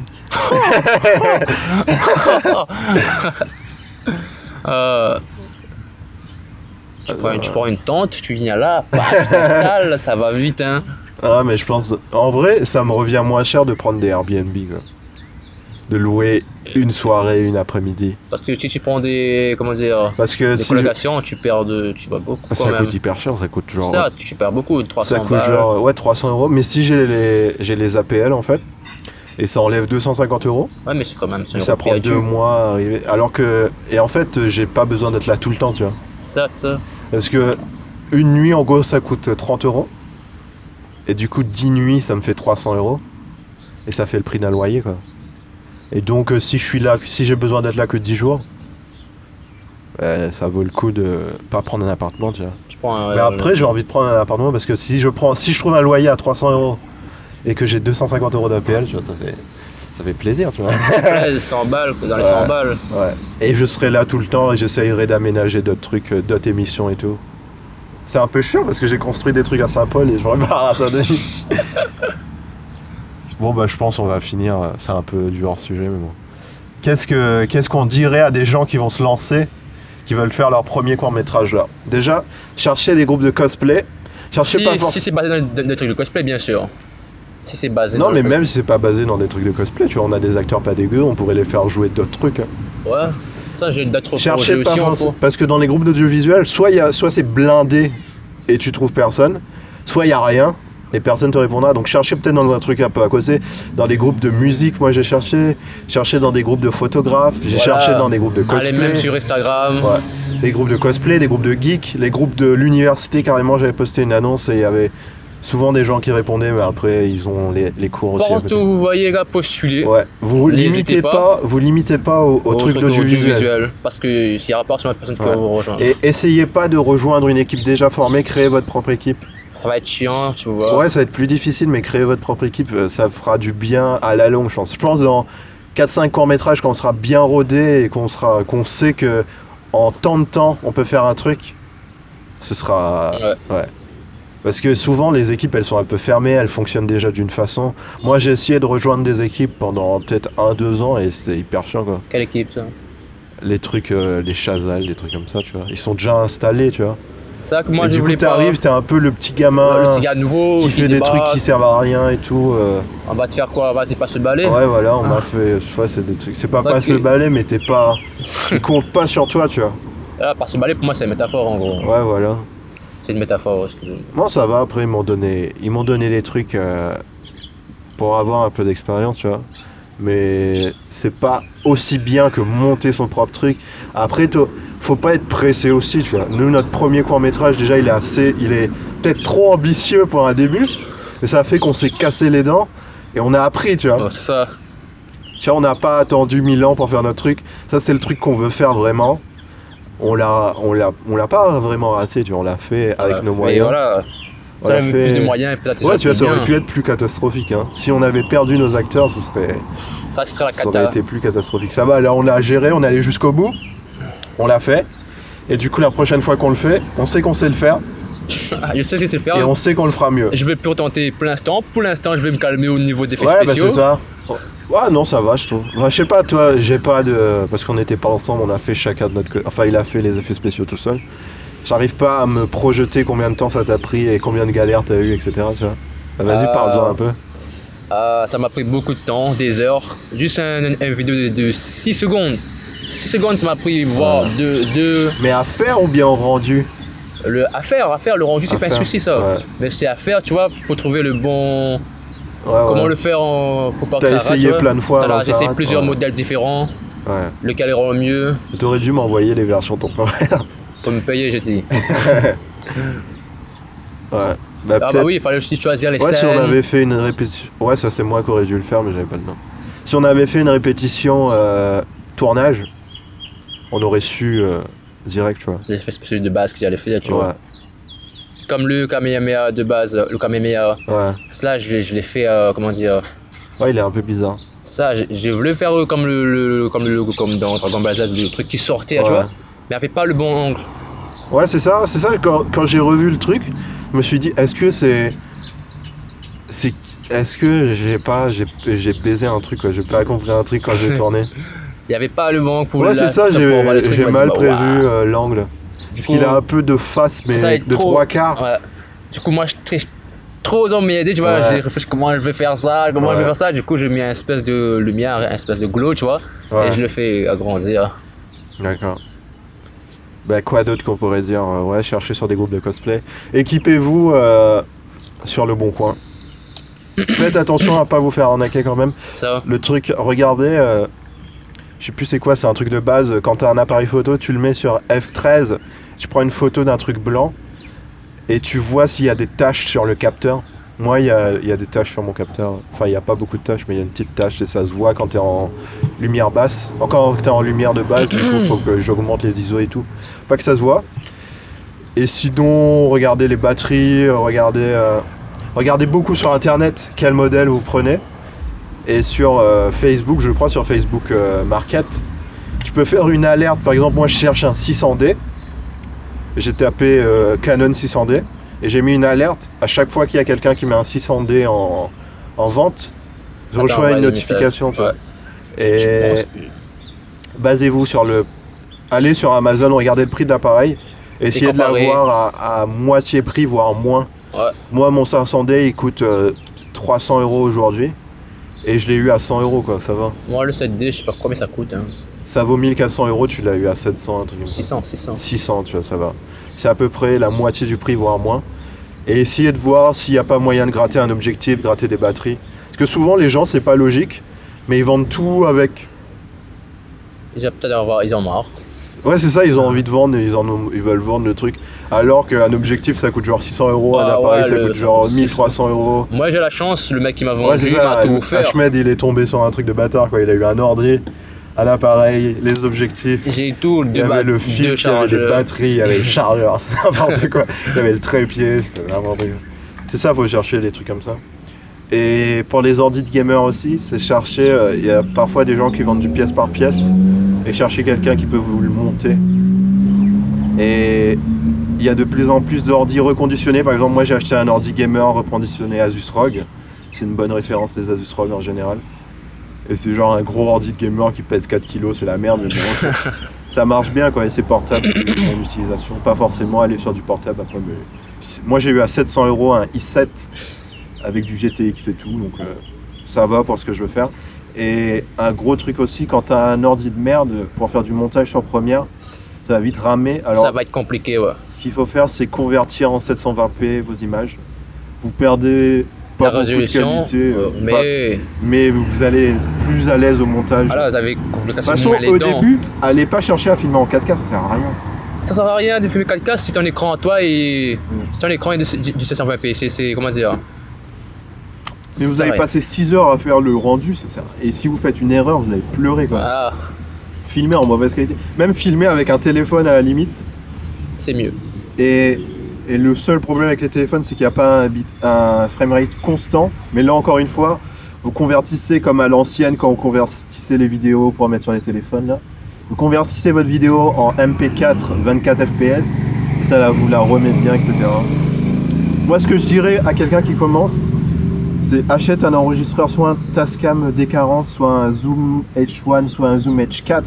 S2: Euh, tu, prends, une- tu prends une tente, tu viens là, bah, tu t'installes, ça va vite, hein.
S3: Ah, mais je pense. En vrai, ça me revient moins cher de prendre des Airbnb. quoi. De louer une soirée, une après-midi.
S2: Parce que si tu prends des. Comment dire.
S3: Parce que
S2: Des
S3: si. je-
S2: colocations, tu perds de. Tu vas beaucoup
S3: Ça
S2: quand même.
S3: coûte hyper cher, ça coûte genre.
S2: Ça, tu perds beaucoup, 300
S3: Ça coûte
S2: balles.
S3: genre ouais, 300 euros. Mais si j'ai les, j'ai les APL en fait, et ça enlève 250 euros,
S2: Ouais, mais c'est quand même 100
S3: ça
S2: euros
S3: prend
S2: perdu.
S3: deux mois à arriver. Alors que. Et en fait, euh, j'ai pas besoin d'être là tout le temps, tu vois.
S2: Ça, ça.
S3: Parce que une nuit en gros ça coûte 30 euros. Et du coup, 10 nuits ça me fait 300 euros. Et ça fait le prix d'un loyer quoi. Et donc, euh, si je suis là, si j'ai besoin d'être là que 10 jours. euh, ça vaut le coup de pas prendre un appartement, tu vois.
S2: Tu prends euh, un.
S3: Mais après, j'ai envie de prendre un appartement parce que si je prends, si je trouve un loyer à 300 euros et que j'ai 250 euros d'APL, tu vois, ça fait, ça fait plaisir, tu vois.
S2: Ouais, 100 balles, quoi, dans les
S3: Ouais.
S2: 100 balles.
S3: Ouais. Et je serai là tout le temps et j'essayerai d'aménager d'autres trucs, euh, d'autres émissions et tout. C'est un peu chiant parce que j'ai construit des trucs à Saint-Paul et je me barre à Saint-Denis. bon, bah, je pense on va finir. euh, C'est un peu du hors sujet, mais bon. Qu'est-ce que qu'est-ce qu'on dirait à des gens qui vont se lancer, qui veulent faire leur premier court métrage là Déjà, cherchez les groupes de cosplay. Cherchez
S2: Si,
S3: pas forcément.
S2: si c'est basé dans des, dans des trucs de cosplay, bien sûr. Si c'est basé
S3: Non,
S2: dans
S3: mais
S2: le-
S3: même si c'est pas basé dans des trucs de cosplay, tu vois, on a des acteurs pas dégueux, on pourrait les faire jouer d'autres trucs. hein.
S2: Ouais. Ça, j'ai d'autres projets
S3: Cherchez pas
S2: aussi hein, en
S3: forcément.
S2: cours.
S3: Parce que dans les groupes d'audiovisuel, soit, il y a- soit c'est blindé et tu trouves personne, soit il y a rien et personne te répondra. Donc cherchez peut-être dans un truc un peu à côté, dans des groupes de musique. Moi j'ai cherché, cherché dans des groupes de photographes, j'ai
S2: Voilà.
S3: cherché dans des groupes de
S2: Allez,
S3: cosplay.
S2: même sur Instagram.
S3: Ouais. Les groupes de cosplay, les groupes de geeks, les groupes de l'université, carrément, j'avais posté une annonce et il y avait souvent des gens qui répondaient, mais après, ils ont les, les cours aussi. à
S2: Partout
S3: côté.
S2: où vous voyez là postuler.
S3: Ouais. Vous
S2: N'hésitez
S3: limitez pas, vous limitez pas au, au
S2: au
S3: truc d'audiovisuel.
S2: audiovisuel, Parce que s'il y a rapport sur la personne qui
S3: Ouais.
S2: va vous rejoindre,
S3: Et essayez pas de rejoindre une équipe déjà formée, créez votre propre équipe.
S2: ça va être chiant, tu vois.
S3: Ouais, ça va être plus difficile, mais créer votre propre équipe, euh, ça fera du bien à la longue, je pense. Je pense dans 4-5 courts-métrages, quand on sera bien rodé et qu'on sera, qu'on sait que en tant de temps, on peut faire un truc, ce sera.
S2: Ouais.
S3: Parce que souvent, les équipes, elles sont un peu fermées, elles fonctionnent déjà d'une façon. Moi, j'ai essayé de rejoindre des équipes pendant peut-être 1-2 ans et c'était hyper chiant, quoi.
S2: Quelle équipe ça
S3: Les trucs, euh, les chasals, les trucs comme ça, tu vois. Ils sont déjà installés, tu vois.
S2: C'est ça que moi
S3: et
S2: je
S3: du coup,
S2: voulais pas.
S3: t'arrives, t'es un peu le petit gamin.
S2: Le petit gars nouveau
S3: qui fait des
S2: débarque,
S3: trucs qui servent à rien et tout. euh.
S2: On va te faire quoi Vas-y, pas se baller.
S3: Ouais, voilà, on
S2: Ah.
S3: m'a fait. Tu vois, c'est des trucs. C'est pas
S2: Ça
S3: passer
S2: que-
S3: le balai, mais t'es pas. Ils comptent pas sur toi, tu vois.
S2: Là, pas se baller pour moi c'est une métaphore en gros.
S3: Ouais, voilà.
S2: C'est une métaphore, excusez-moi.
S3: Bon, ça va, après, ils m'ont donné. Ils m'ont donné les trucs euh, pour avoir un peu d'expérience, tu vois. Mais c'est pas aussi bien que monter son propre truc. Après, t'as- faut pas être pressé aussi, tu vois. Nous, notre premier court-métrage, déjà, il est assez. Il est peut-être trop ambitieux pour un début, mais ça a fait qu'on s'est cassé les dents et on a appris, tu vois.
S2: Ouais, c'est ça.
S3: Tu vois, on n'a pas attendu 1000 ans pour faire notre truc. Ça, c'est le truc qu'on veut faire vraiment. On l'a, on l'a, on l'a pas vraiment raté, tu vois. On l'a fait avec
S2: Ouais,
S3: nos
S2: fait,
S3: moyens.
S2: Voilà.
S3: On
S2: Ça
S3: l'a
S2: avait
S3: fait-
S2: plus de moyens et peut-être
S3: Ouais, tu vois, ça
S2: serait
S3: aurait
S2: bien.
S3: pu être plus catastrophique. hein. Si on avait perdu nos acteurs, ce serait,
S2: Ça, ce serait la
S3: ça aurait
S2: cata.
S3: été plus catastrophique. Ça va, là, on l'a géré, on est allé jusqu'au bout. On l'a fait. Et du coup, la prochaine fois qu'on le fait, on sait qu'on sait le faire
S2: Ah, Je sais ce que c'est
S3: et
S2: faire.
S3: on sait qu'on le fera mieux.
S2: Je vais plus tenter pour l'instant. Pour l'instant, je vais me calmer au niveau des effets
S3: Ouais, bah
S2: spéciaux.
S3: c'est ça. Ouais, non, ça va, je trouve. Bah, je sais pas, toi, j'ai pas de. Parce qu'on n'était pas ensemble, on a fait chacun de notre. co- Enfin, il a fait les effets spéciaux tout seul. J'arrive pas à me projeter combien de temps ça t'a pris et combien de galères t'as eu, etc. Tu vois. Bah, Vas-y,
S2: Ah.
S3: parle-en un peu.
S2: Ah, ça m'a pris beaucoup de temps, des heures. Juste un, un- un vidéo de, 6 secondes. 6 secondes, ça m'a pris, voire deux, deux-
S3: Mais à faire ou bien au rendu
S2: Le, à faire, à faire, le rendu, c'est
S3: À
S2: pas un
S3: faire,
S2: souci ça.
S3: ouais.
S2: Mais c'est à faire, tu vois, faut trouver le bon.
S3: Ouais, ouais.
S2: Comment le faire en... pour pas que
S3: T'as
S2: ça rate,
S3: essayé
S2: tu vois.
S3: plein de fois
S2: Ça,
S3: avant
S2: là,
S3: que
S2: J'ai
S3: ça
S2: essayé
S3: rate,
S2: plusieurs
S3: ouais.
S2: modèles différents,
S3: Ouais.
S2: lequel ira au mieux.
S3: T'aurais dû m'envoyer les versions temporaires.
S2: Faut me payer, j'ai dit.
S3: ouais. Bah,
S2: Ah bah
S3: peut-être-
S2: oui, euh, il fallait aussi choisir les
S3: Ouais, si
S2: scènes.
S3: on avait fait une répétition. Ouais, ça c'est moi qui aurais dû le faire, mais j'avais pas le nom. Si on avait fait une répétition euh, tournage, on aurait su euh, direct, tu vois.
S2: Les effets spéciaux de base que j'allais faire, tu vois.
S3: Ouais,
S2: Comme le Kamehameha de base, le Kamehameha.
S3: ouais.
S2: Cela, je, l'ai- je l'ai fait, euh, comment dire.
S3: Ouais, il est un peu bizarre.
S2: Ça, j'ai- j'ai voulu faire euh, comme le, le- le- comme le comme dans Dragon Ball Z, le truc qui sortait, tu
S3: Ouais.
S2: vois. Mais avait pas le bon angle.
S3: Ouais, c'est ça, c'est ça. Quand, quand j'ai revu le truc, je me suis dit, est-ce que c'est. C'est. Est-ce que j'ai pas. J'ai j'ai baisé un truc, quoi. J'ai pas compris un truc quand j'ai tourné.
S2: Il y avait pas le bon angle pour
S3: ouais,
S2: la-
S3: c'est ça,
S2: pour voir le
S3: j'ai
S2: truc,
S3: j'ai
S2: on va
S3: mal
S2: dire, bah,
S3: prévu
S2: waouh.
S3: euh, l'angle.
S2: Du
S3: Parce
S2: coup,
S3: qu'il a un peu de face,
S2: ça va
S3: mais
S2: être
S3: de
S2: trop-
S3: trois quarts.
S2: ouais. Du coup, moi, je triche trop dans mes idées, tu vois.
S3: Ouais.
S2: J'ai réfléchi comment je vais faire ça, comment je vais
S3: Ouais.
S2: faire ça. Du coup, j'ai mis un espèce de lumière, un espèce de glow, tu vois.
S3: Ouais.
S2: Ah, Et je le fais agrandir.
S3: D'accord. Bah quoi d'autre qu'on pourrait dire euh, Ouais, cherchez sur des groupes de cosplay. Équipez-vous euh, sur le bon coin. Faites attention à pas vous faire arnaquer quand même.
S2: Ça,
S3: Le truc, regardez, euh, je sais plus c'est quoi, c'est un truc de base. Quand t'as un appareil photo, tu le mets sur F13, tu prends une photo d'un truc blanc et tu vois s'il y a des taches sur le capteur. Moi, il y a, il y a des taches sur mon capteur. Enfin, il n'y a pas beaucoup de taches, mais il y a une petite tache et ça se voit quand t'es en lumière basse. Encore quand t'es en lumière de base, du coup, faut que j'augmente les ISO et tout. Pas que ça se voit. Et sinon, regardez les batteries, regardez, euh, regardez beaucoup sur internet quel modèle vous prenez. Et sur euh, Facebook, je crois sur Facebook euh, Market, tu peux faire une alerte. Par exemple, moi je cherche un 600D. J'ai tapé euh, Canon 600D et j'ai mis une alerte. À chaque fois qu'il y a quelqu'un qui met un 600D en, en vente, je
S2: Ça
S3: reçois
S2: t'envoie
S3: une
S2: des
S3: notification. tu vois. Et
S2: messages. je pense que-
S3: basez-vous sur le. Allez sur Amazon, regardez le prix de l'appareil. Essayez de
S2: comparer.
S3: l'avoir à, à moitié prix, voire moins.
S2: Ouais.
S3: Moi, mon 500D, il coûte euh, 300 euros aujourd'hui. Et je l'ai eu à 100 euros, quoi, ça va.
S2: Moi, le 7D, je sais pas combien ça coûte. hein.
S3: Ça vaut 1400 euros, tu l'as eu à 700, un truc comme ça.
S2: 600, 600.
S3: 600, tu vois, ça va. C'est à peu près la moitié du prix, voire moins. et essayer de voir s'il n'y a pas moyen de gratter un objectif, gratter des batteries. Parce que souvent, les gens, c'est pas logique, mais ils vendent tout avec.
S2: Ils ont peut-être avoir, ils en ont marre.
S3: Ouais, c'est ça, ils ont envie de vendre, ils, en ont- ils veulent vendre le truc. Alors qu'un objectif, ça coûte genre 600 euros, un
S2: Ah
S3: appareil,
S2: ouais,
S3: ça
S2: le-
S3: coûte genre
S2: c'est-
S3: 1300 euros.
S2: Moi j'ai la chance, le mec qui m'a
S3: Ouais,
S2: vendu
S3: c'est
S2: m'a
S3: ça,
S2: tout
S3: H-
S2: offert.
S3: Ahmed, il est tombé sur un truc de bâtard, quoi. Il a eu un ordi, un appareil, les objectifs.
S2: J'ai tout,
S3: Il y
S2: deux,
S3: avait
S2: ba-
S3: le
S2: deux
S3: fil, il y avait les
S2: chargeurs.
S3: batteries, il y avait le chargeur, c'est n'importe quoi. Il y avait le trépied, c'était n'importe quoi. C'est ça, faut chercher des trucs comme ça. Et pour les ordi de gamers aussi, c'est chercher. euh, Il y a parfois des gens qui vendent du pièce par pièce et chercher quelqu'un qui peut vous le monter. Et il y a de plus en plus d'ordi reconditionnés. Par exemple, moi j'ai acheté un ordi gamer reconditionné Asus ROG. C'est une bonne référence des Asus ROG en général. Et c'est genre un gros ordi de gamer qui pèse 4 kilos, c'est la merde, mais bon, c'est- ça marche bien quoi, et c'est portable en utilisation. Pas forcément aller sur du portable après, mais c'est- moi j'ai eu à 700 euros un i7 avec du GTX et tout, donc euh, ça va pour ce que je veux faire. Et un gros truc aussi, quand t'as un ordi de merde pour faire du montage sur première, ça va vite ramer. Alors,
S2: Ça va être compliqué, ouais.
S3: ce qu'il faut faire, c'est convertir en 720p vos images. Vous perdez pas
S2: La
S3: beaucoup de
S2: résolution,
S3: qualité, euh,
S2: euh,
S3: pas- mais
S2: mais
S3: vous allez être plus à l'aise au montage.
S2: voilà, vous avez vous
S3: de
S2: cassez
S3: toute façon,
S2: vous-même les
S3: au
S2: dents.
S3: début, allez pas chercher à filmer en 4K, ça sert à rien.
S2: Ça sert à rien de filmer 4K si ton écran à toi et
S3: Mm.
S2: si ton écran est de- du, du 720p, c'est- c'est comment dire
S3: Mais vous
S2: Ça
S3: avez
S2: va.
S3: passé 6 heures à faire le rendu, ça sert. à- Et si vous faites une erreur, vous allez pleurer quoi.
S2: Ah,
S3: Filmer en mauvaise qualité. Même filmer avec un téléphone à la limite.
S2: c'est mieux.
S3: Et, et le seul problème avec les téléphones, c'est qu'il n'y a pas un, bit- un framerate constant. Mais là, encore une fois, vous convertissez comme à l'ancienne quand vous convertissez les vidéos pour mettre sur les téléphones. Là. Vous convertissez votre vidéo en MP4 24 FPS. Et ça, là, vous la remet bien, etc. Moi, ce que je dirais à quelqu'un qui commence, c'est achète un enregistreur, soit un Tascam D40, soit un Zoom H1, soit un Zoom H4.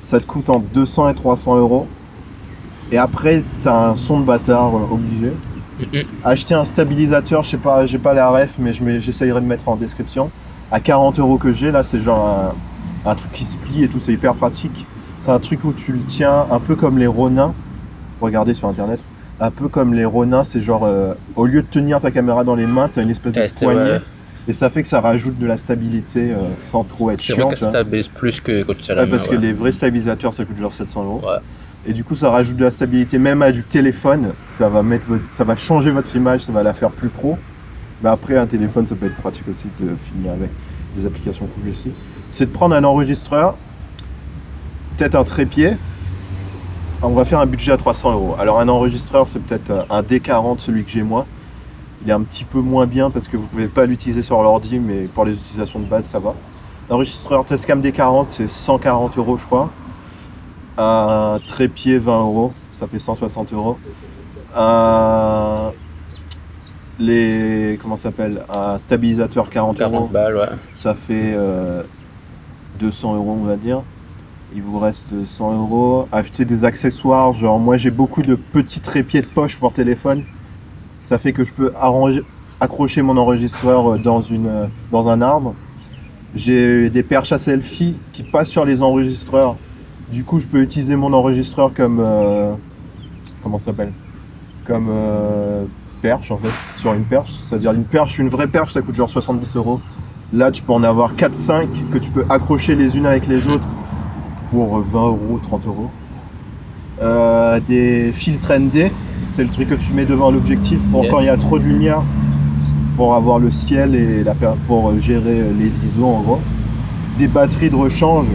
S3: Ça te coûte entre 200 et 300 euros. Et après, t'as un son de bâtard euh, obligé.
S2: Mhm.
S3: Acheter un stabilisateur, je sais pas, j'ai pas la ref, mais je mets- j'essayerai de mettre en description. À 40 euros que j'ai, là, c'est genre un, un truc qui se plie et tout, c'est hyper pratique. C'est un truc où tu le tiens un peu comme les Ronin. Regardez sur internet. Un peu comme les Ronin, c'est genre, euh, au lieu de tenir ta caméra dans les mains, t'as une espèce
S2: Test,
S3: de poignée.
S2: ouais.
S3: Et ça fait que ça rajoute de la stabilité euh, sans trop être
S2: C'est vrai
S3: chiant.
S2: que
S3: tu vois.
S2: ça stabilise plus que quand tu as la
S3: Ouais,
S2: main.
S3: parce
S2: hein, ouais.
S3: que les vrais stabilisateurs, ça coûte genre 700 euros.
S2: Ouais.
S3: Et du coup, ça rajoute de la stabilité même à du téléphone. Ça va, mettre votre- ça va changer votre image, ça va la faire plus pro. Mais après, un téléphone, ça peut être pratique aussi de finir avec des applications cool aussi. C'est de prendre un enregistreur, peut-être un trépied. Ah, On va faire un budget à 300 euros. Alors, un enregistreur, c'est peut-être euh, un D40, celui que j'ai moi. Il est un petit peu moins bien parce que vous pouvez pas l'utiliser sur l'ordi, mais pour les utilisations de base, ça va. L'enregistreur Tascam D40, c'est 140 euros, je crois. Un trépied, 20 euros. Ça fait 160 euros. Un- Les. Comment ça s'appelle Un stabilisateur, 40 euros
S2: 40 balles, ouais.
S3: ça fait euh, 200 euros on va dire. Il vous reste 100 euros. Acheter des accessoires, genre moi j'ai beaucoup de petits trépieds de poche pour téléphone. Ça fait que je peux arranger- accrocher mon enregistreur euh, dans, une, euh, dans un arbre. J'ai des perches à selfie qui passent sur les enregistreurs. Du coup, je peux utiliser mon enregistreur comme. euh, comment ça s'appelle Comme euh, perche en fait, sur une perche. C'est-à-dire une perche, une vraie perche, ça coûte genre 70 euros. Là, tu peux en avoir 4-5 que tu peux accrocher les unes avec les autres pour 20 euros, 30 euros. Euh, des filtres ND, c'est le truc que tu mets devant l'objectif pour
S2: Yes.
S3: quand il y a trop de lumière, pour avoir le ciel et la, per- pour gérer les ISO en gros. Des batteries de rechange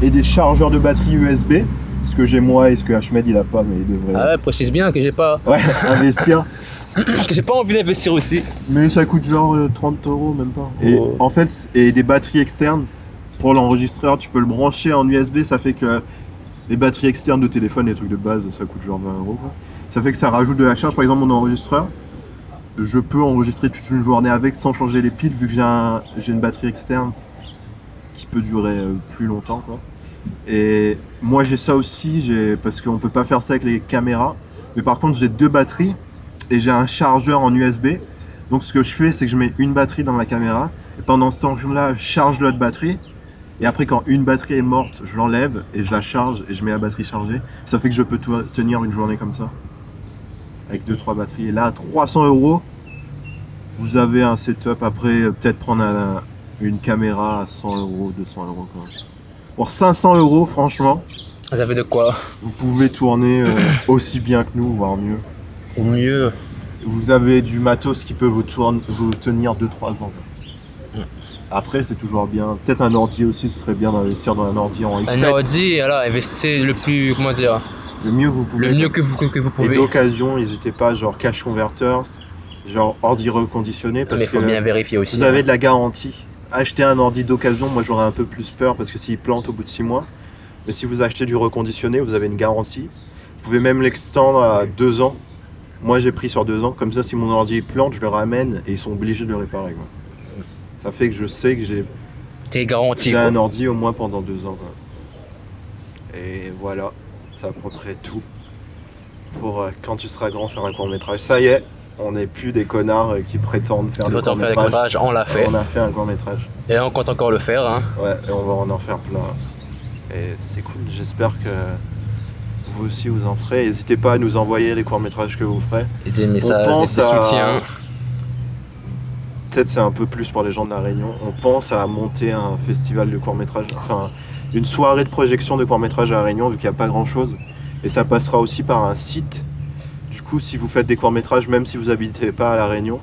S3: et des chargeurs de batterie USB. Ce que j'ai moi et ce que Ahmed il a pas, mais il
S2: Ah
S3: devrait
S2: ouais, précise bien que j'ai pas,
S3: ouais, investir.
S2: que j'ai pas envie d'investir aussi.
S3: Mais ça coûte genre euh, 30 euros, même pas. Et
S2: Oh.
S3: en fait, c- et des batteries externes pour l'enregistreur, tu peux le brancher en USB, ça fait que les batteries externes de téléphone, les trucs de base, ça coûte genre 20 euros. quoi. Ça fait que ça rajoute de la charge. Par exemple, mon enregistreur, je peux enregistrer toute une journée avec sans changer les piles, vu que j'ai un- j'ai une batterie externe qui peut durer euh, plus longtemps. Quoi. Et moi, j'ai ça aussi, j'ai- parce qu'on peut pas faire ça avec les caméras. Mais par contre, j'ai deux batteries et j'ai un chargeur en USB. Donc ce que je fais, c'est que je mets une batterie dans la caméra, et pendant ce temps-là, je charge l'autre batterie, et après quand une batterie est morte, je l'enlève, et je la charge, et je mets la batterie chargée. Ça fait que je peux tout- tenir une journée comme ça. avec 2-3 batteries. Et là, à 300 euros, vous avez un setup. Après, euh, peut-être prendre un- une caméra à 100 euros, 200 euros quand même. Pour 500 euros, franchement,
S2: Ça fait de quoi
S3: vous pouvez tourner euh, aussi bien que nous, voire mieux.
S2: Au mieux.
S3: Vous avez du matos qui peut vous, tourne- vous tenir 2-3 ans.
S2: Mm.
S3: Après, c'est toujours bien. Peut-être un ordi aussi, ce serait bien d'investir dans un ordi en
S2: Un
S3: i7.
S2: ordi, voilà, investissez le plus, comment dire,
S3: Le mieux que vous pouvez.
S2: le mieux que vous, que vous
S3: Et
S2: pouvez.
S3: d'occasion, n'hésitez pas, genre cash converters, genre ordi reconditionné,
S2: Mais
S3: parce
S2: il faut
S3: que
S2: bien vérifier aussi.
S3: vous avez de la garantie. Achetez un ordi d'occasion, moi j'aurais un peu plus peur parce que s'il plante au bout de 6 mois, mais si vous achetez du reconditionné, vous avez une garantie. Vous pouvez même l'extendre à 2 ans. Moi j'ai pris sur 2 ans, comme ça si mon ordi plante, je le ramène et ils sont obligés de le réparer. quoi. Ça fait que je sais que j'ai
S2: hein. T'es garanti.
S3: j'ai
S2: quoi.
S3: un ordi au moins pendant 2 ans. quoi. Et voilà, c'est à peu près tout pour euh, quand tu seras grand faire un court métrage. Ça y est, on n'est plus des connards euh, qui prétendent faire
S2: On
S3: des
S2: va t'en
S3: courts
S2: faire des
S3: métrages.
S2: comptages, on l'a fait.
S3: On a fait un court métrage.
S2: Et là, on compte encore le faire. Hein.
S3: Ouais, et on va en en faire plein. Et c'est cool. J'espère que vous aussi vous en ferez. N'hésitez pas à nous envoyer les courts métrages que vous ferez.
S2: Et des messages, des,
S3: pense
S2: des
S3: à-
S2: soutiens.
S3: Peut-être c'est un peu plus pour les gens de la Réunion. On pense à monter un festival de court métrage, enfin une soirée de projection de court métrage à la Réunion vu qu'il n'y a pas grand chose. Et ça passera aussi par un site. Du coup, si vous faites des courts métrages, même si vous habitez pas à la Réunion,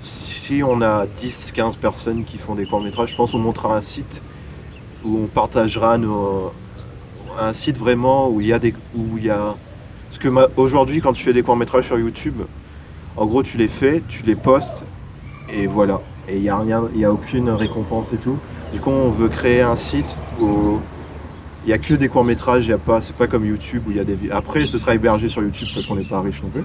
S3: si on a 10-15 personnes qui font des courts métrages, je pense qu'on montera un site où on partagera nos... un site vraiment où il y a des où il y a parce que ma- aujourd'hui quand tu fais des courts métrages sur YouTube, en gros tu les fais, tu les postes et voilà. Et il n'y a rien, il y a aucune récompense et tout. Du coup, on veut créer un site où il n'y a que des courts métrages, il y a pas, c'est pas comme YouTube où il y a des. vi- Après, ce sera hébergé sur YouTube parce qu'on n'est pas riche non plus.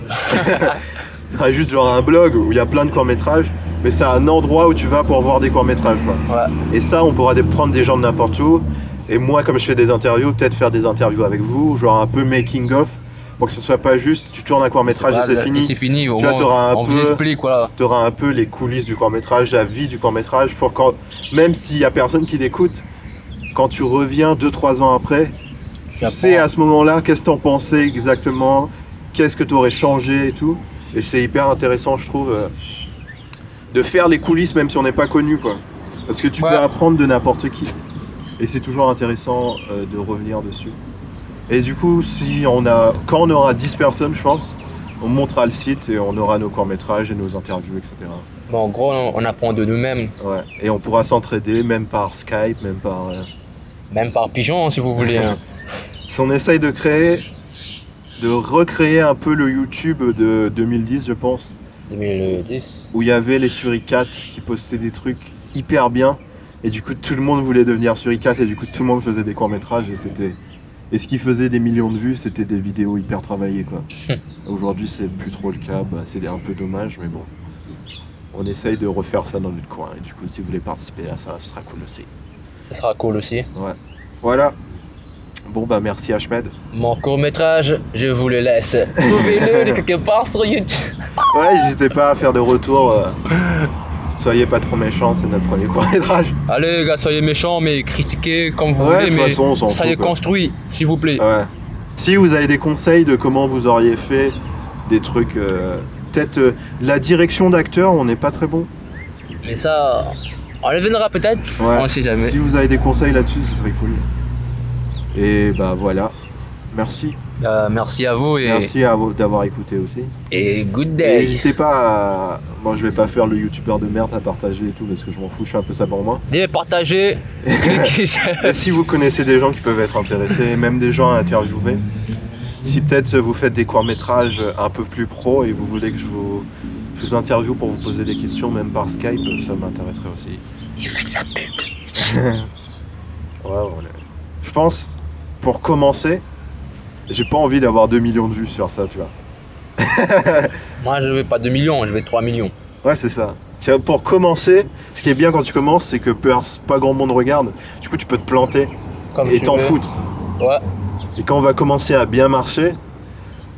S3: Il y aura juste genre un blog où il y a plein de courts métrages, mais c'est un endroit où tu vas pour voir des courts métrages. quoi.
S2: Ouais.
S3: Et ça, on pourra des- prendre des gens de n'importe où. Et moi, comme je fais des interviews, peut-être faire des interviews avec vous, genre un peu making of, pour que ce soit pas juste tu tournes un court métrage et c'est
S2: Voilà,
S3: fini.
S2: C'est fini, au
S3: Tu vois, t'auras
S2: moins,
S3: un
S2: on vous
S3: peu-
S2: explique, voilà.
S3: tu auras un peu les coulisses du court métrage, la vie du court métrage, pour quand, même s'il y a personne qui l'écoute, quand tu reviens 2-3 ans après, tu
S2: apprends.
S3: sais à ce moment-là qu'est-ce que t'en pensais exactement, qu'est-ce que t'aurais changé et tout. Et c'est hyper intéressant, je trouve, euh, de faire les coulisses même si on n'est pas connu, quoi. Parce que tu
S2: Ouais.
S3: peux apprendre de n'importe qui. Et c'est toujours intéressant euh, de revenir dessus. Et du coup, si on a, quand on aura 10 personnes, je pense, on montera le site et on aura nos courts-métrages et nos interviews, etc.
S2: Bon, en gros, on, on apprend de nous-mêmes,
S3: Ouais. Et on pourra s'entraider, même par Skype, même par. euh,
S2: même par pigeon, si vous voulez. hein.
S3: Si on essaye de créer, de recréer un peu le YouTube de 2010, je pense,
S2: 2010.
S3: où il y avait les Suricates qui postaient des trucs hyper bien. Et du coup, tout le monde voulait devenir suricate et du coup, tout le monde faisait des courts-métrages et c'était. Et ce qui faisait des millions de vues, c'était des vidéos hyper travaillées, quoi. Aujourd'hui, c'est plus trop le cas, bah, c'est un peu dommage, mais bon. On essaye de refaire ça dans notre coin, et du coup, si vous voulez participer à ça, ce sera cool aussi.
S2: Ce sera cool aussi.
S3: Voilà. Bon, bah, merci Ahmed.
S2: Mon court-métrage, je vous le laisse. Trouvez-le quelque part sur YouTube.
S3: Ouais, n'hésitez pas à faire de retour. euh, Soyez pas trop méchants, c'est notre premier court-métrage.
S2: Allez, les gars, soyez méchants, mais critiquez comme vous
S3: Ouais, de
S2: voulez,
S3: toute
S2: mais
S3: façon, on s'en
S2: soyez
S3: fout, quoi.
S2: construit, s'il vous plaît.
S3: Ouais. Si vous avez des conseils de comment vous auriez fait des trucs. euh, Peut-être euh, la direction d'acteur, on n'est pas très bon.
S2: Mais ça, on le verra peut-être.
S3: Ouais.
S2: On sait jamais.
S3: Si vous avez des conseils là-dessus, ce serait cool. Et bah voilà. Merci.
S2: Euh, merci à vous et,
S3: Merci à vous d'avoir écouté aussi.
S2: et good
S3: Et
S2: day.
S3: N'hésitez pas à. Moi, je vais pas faire le youtubeur de merde à partager et tout parce que je m'en fous, je fais un peu ça pour moi.
S2: Et partagez, cliquez, j'aime.
S3: Et si vous connaissez des gens qui peuvent être intéressés, même des gens à interviewer, si peut-être vous faites des courts-métrages un peu plus pro et vous voulez que je vous, je vous interviewe pour vous poser des questions, même par Skype, ça m'intéresserait aussi.
S2: Il fait de la pub.
S3: Ouais, voilà. Je pense, pour commencer, j'ai pas envie d'avoir 2 millions de vues sur ça, tu vois.
S2: Moi, je vais pas 2 millions, je vais 3 millions.
S3: Ouais, c'est ça. C'est- Pour commencer, ce qui est bien quand tu commences, c'est que peu- pas grand monde regarde. Du coup, tu peux te planter
S2: Comme
S3: et
S2: tu
S3: t'en
S2: veux.
S3: foutre.
S2: Ouais.
S3: Et quand on va commencer à bien marcher,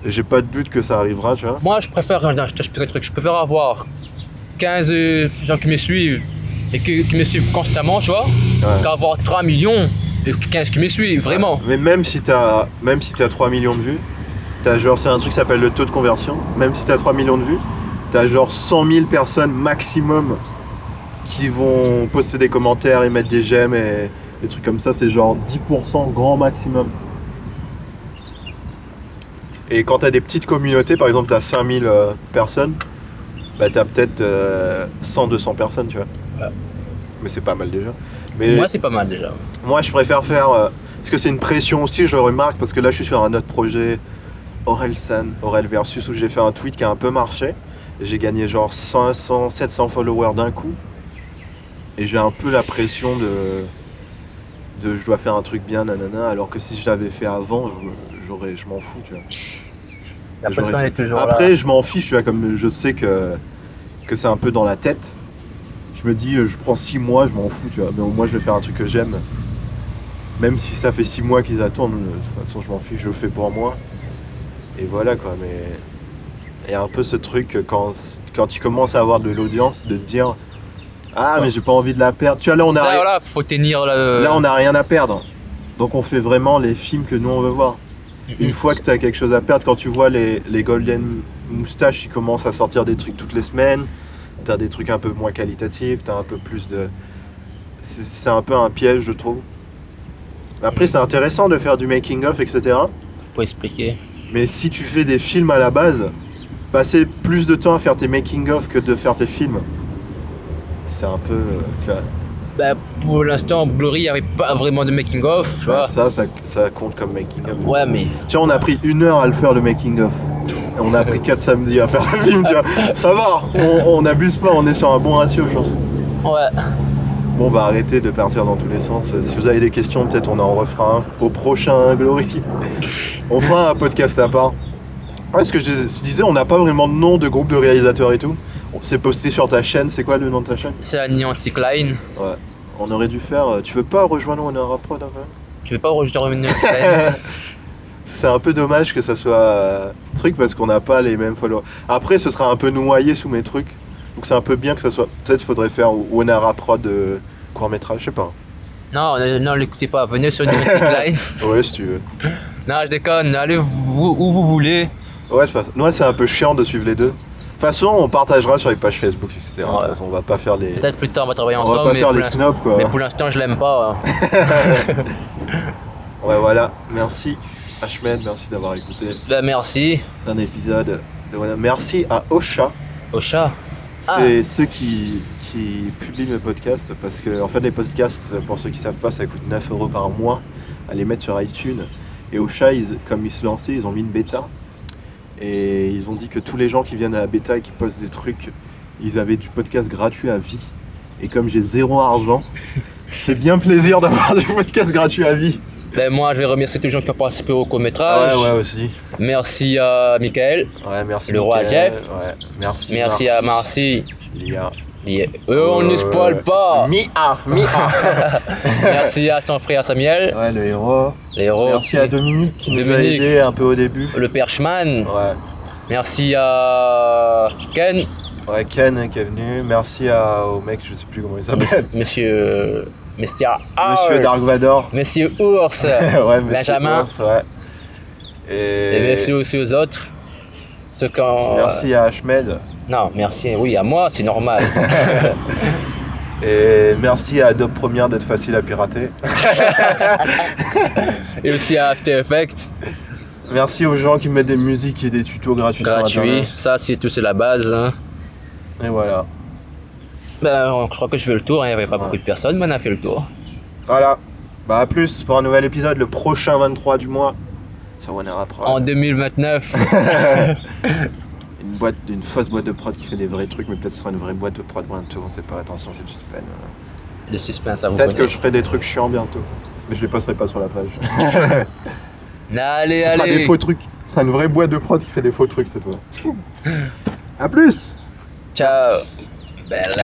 S3: j'ai pas de but que ça arrivera, tu vois.
S2: Moi, je préfère, je te- je te explique un truc, je préfère avoir 15 euh, gens qui me suivent et qui, qui me suivent constamment, tu vois, qu'avoir 3 millions et 15 qui me suivent, vraiment.
S3: Mais même si t'as même si t'as 3 millions de vues, T'as genre, c'est un truc qui s'appelle le taux de conversion. Même si t'as 3 millions de vues, t'as genre 100 000 personnes maximum qui vont poster des commentaires et mettre des j'aime et des trucs comme ça. C'est genre 10% grand maximum. Et quand t'as des petites communautés, par exemple, t'as 5000 euh, personnes, bah t'as peut-être euh, 100, 200 personnes, tu vois.
S2: Ouais.
S3: Mais c'est pas mal déjà. Mais
S2: Moi, c'est pas mal déjà.
S3: moi, je préfère faire. euh, parce que c'est une pression aussi, je le remarque, parce que là, je suis sur un autre projet, Aurel San, Aurel Versus, où j'ai fait un tweet qui a un peu marché. Et J'ai gagné genre 500, 700 followers d'un coup. Et j'ai un peu la pression de. de je dois faire un truc bien, nanana, alors que si je l'avais fait avant, je- j'aurais, je m'en fous, tu vois.
S2: La
S3: J'aurais-
S2: personne est toujours
S3: Après,
S2: là.
S3: je m'en fiche, tu vois, comme je sais que, que c'est un peu dans la tête. Je me dis, euh, je prends 6 mois, je m'en fous, tu vois. Mais au moins, je vais faire un truc que j'aime. Même si ça fait 6 mois qu'ils attendent, euh, de toute façon, je m'en fiche, je le fais pour moi. Et voilà, quoi. Mais il y a un peu ce truc, euh, quand, quand tu commences à avoir de l'audience, de te dire, ah, mais j'ai pas envie de la perdre. Tu vois, là, on
S2: Ça,
S3: a,
S2: voilà, Euh. faut tenir le.
S3: là, on a rien à perdre. Donc, on fait vraiment les films que nous, on veut voir une fois que tu as quelque chose à perdre, quand tu vois les, les Golden Moustaches, ils commencent à sortir des trucs toutes les semaines, tu as des trucs un peu moins qualitatifs, tu as un peu plus de. C'est c'est un peu un piège, je trouve. Après, c'est intéressant de faire du making-of, etc.
S2: Pour expliquer.
S3: Mais si tu fais des films à la base, passer plus de temps à faire tes making-of que de faire tes films, c'est un peu. euh, tu vois,
S2: Bah, pour l'instant, Glory, il n'y avait pas vraiment de making-of. Tu vois.
S3: Ça, ça, ça compte comme making-of.
S2: Ouais, mais.
S3: Tu vois, on a pris une heure à le faire le making of. Et on a pris quatre samedis à faire le film, tu vois. Ça va, on, on abuse pas, on est sur un bon ratio, je pense.
S2: Ouais.
S3: Bon, on va arrêter de partir dans tous les sens. Si vous avez des questions, peut-être on en refera un au prochain Glory. On fera un podcast à part. Ouais, ce que je dis- je disais, on n'a pas vraiment de nom de groupe de réalisateurs et tout. On s'est posté sur ta chaîne, c'est quoi le nom de ta chaîne
S2: C'est Niantic Line.
S3: On aurait dû faire. euh, Tu veux pas rejoindre Onara Prod un peu
S2: Tu veux pas rejeter Niantic Line
S3: C'est un peu dommage que ça soit euh, truc parce qu'on n'a pas les mêmes followers. Après, ce sera un peu noyé sous mes trucs. Donc c'est un peu bien que ça soit. Peut-être faudrait faire Onara Prod de court métrage, je sais pas.
S2: Non, ne- non, l'écoutez pas. Venez sur Niantic Line.
S3: Ouais, si tu veux.
S2: Non, je déconne. Allez vous- où vous voulez.
S3: Ouais, de toute façon- ouais, c'est un peu chiant de suivre les deux. De toute façon, on partagera sur les pages Facebook, etc. De toute
S2: Ouais.
S3: façon, on va pas faire les.
S2: Peut-être plus tard, on va travailler
S3: On va
S2: ensemble.
S3: pas
S2: mais
S3: faire hein.
S2: pour
S3: les
S2: l'instant-
S3: snobs, quoi.
S2: mais pour l'instant, je l'aime pas. hein.
S3: Ouais, voilà. Merci, Ahmed, merci d'avoir écouté.
S2: Bah, merci.
S3: C'est un épisode de Onara. Merci à Ocha.
S2: Au chat. Ah.
S3: C'est ceux qui, qui publient mes podcasts parce que en fait les podcasts pour ceux qui savent pas ça coûte 9 euros par mois à les mettre sur iTunes et au chat ils- comme ils se lançaient ils ont mis une bêta et ils ont dit que tous les gens qui viennent à la bêta et qui postent des trucs ils avaient du podcast gratuit à vie et comme j'ai zéro argent c'est bien plaisir d'avoir du podcast gratuit à vie
S2: Ben, moi, je vais remercier tous les gens qui ont participé au court-métrage.
S3: Ah ouais ouais aussi
S2: Merci à Michael.
S3: ouais merci
S2: Le roi
S3: Mickaël.
S2: Jeff.
S3: ouais merci
S2: Merci à Marcy.
S3: Lia
S2: Et eux, on ne spoil pas.
S3: Mia Mia
S2: Merci à son frère Samuel.
S3: ouais le héros
S2: Les héros.
S3: Merci à Dominique qui nous a
S2: Oh, Dominique.
S3: aidé un peu au début.
S2: Le Perchman.
S3: Ouais.
S2: Merci à Ken.
S3: Ouais, Ken qui est venu. Merci à, au mec, je sais plus comment il s'appelle.
S2: Monsieur. Monsieur Ours.
S3: Monsieur Dark Vador.
S2: Monsieur Ours.
S3: ouais, monsieur
S2: Benjamin.
S3: Ours, ouais. Et,
S2: Et merci aussi aux autres. Ceux qui ont-
S3: merci à Ahmed.
S2: Non, merci. Oui, à moi, c'est normal.
S3: Et merci à Adobe Premiere d'être facile à pirater.
S2: Et aussi à After Effects.
S3: Merci aux gens qui mettent des musiques et des tutos gratuits. sur
S2: Gratuit.
S3: Internet.
S2: Ça, c'est tout, c'est la base. hein.
S3: Et voilà.
S2: Ben, je crois que je fais le tour. hein. Il n'y avait pas
S3: Ouais.
S2: beaucoup de personnes, mais on a fait le tour.
S3: Voilà. Bah, à plus pour un nouvel épisode, le prochain 23 du mois. Sur Wanera Prod.
S2: En 2029.
S3: une boîte, une fausse boîte de prod qui fait des vrais trucs, mais peut-être ce sera une vraie boîte de prod bientôt, on sait pas, attention, c'est le suspense.
S2: Le suspense, à vous
S3: Peut-être que
S2: connaît.
S3: je ferai des trucs chiants bientôt, mais je les posterai pas sur la page.
S2: Allez,
S3: Ce sera des
S2: allez.
S3: faux trucs, ce sera une vraie boîte de prod qui fait des faux trucs cette fois. A plus
S2: Ciao. Belle.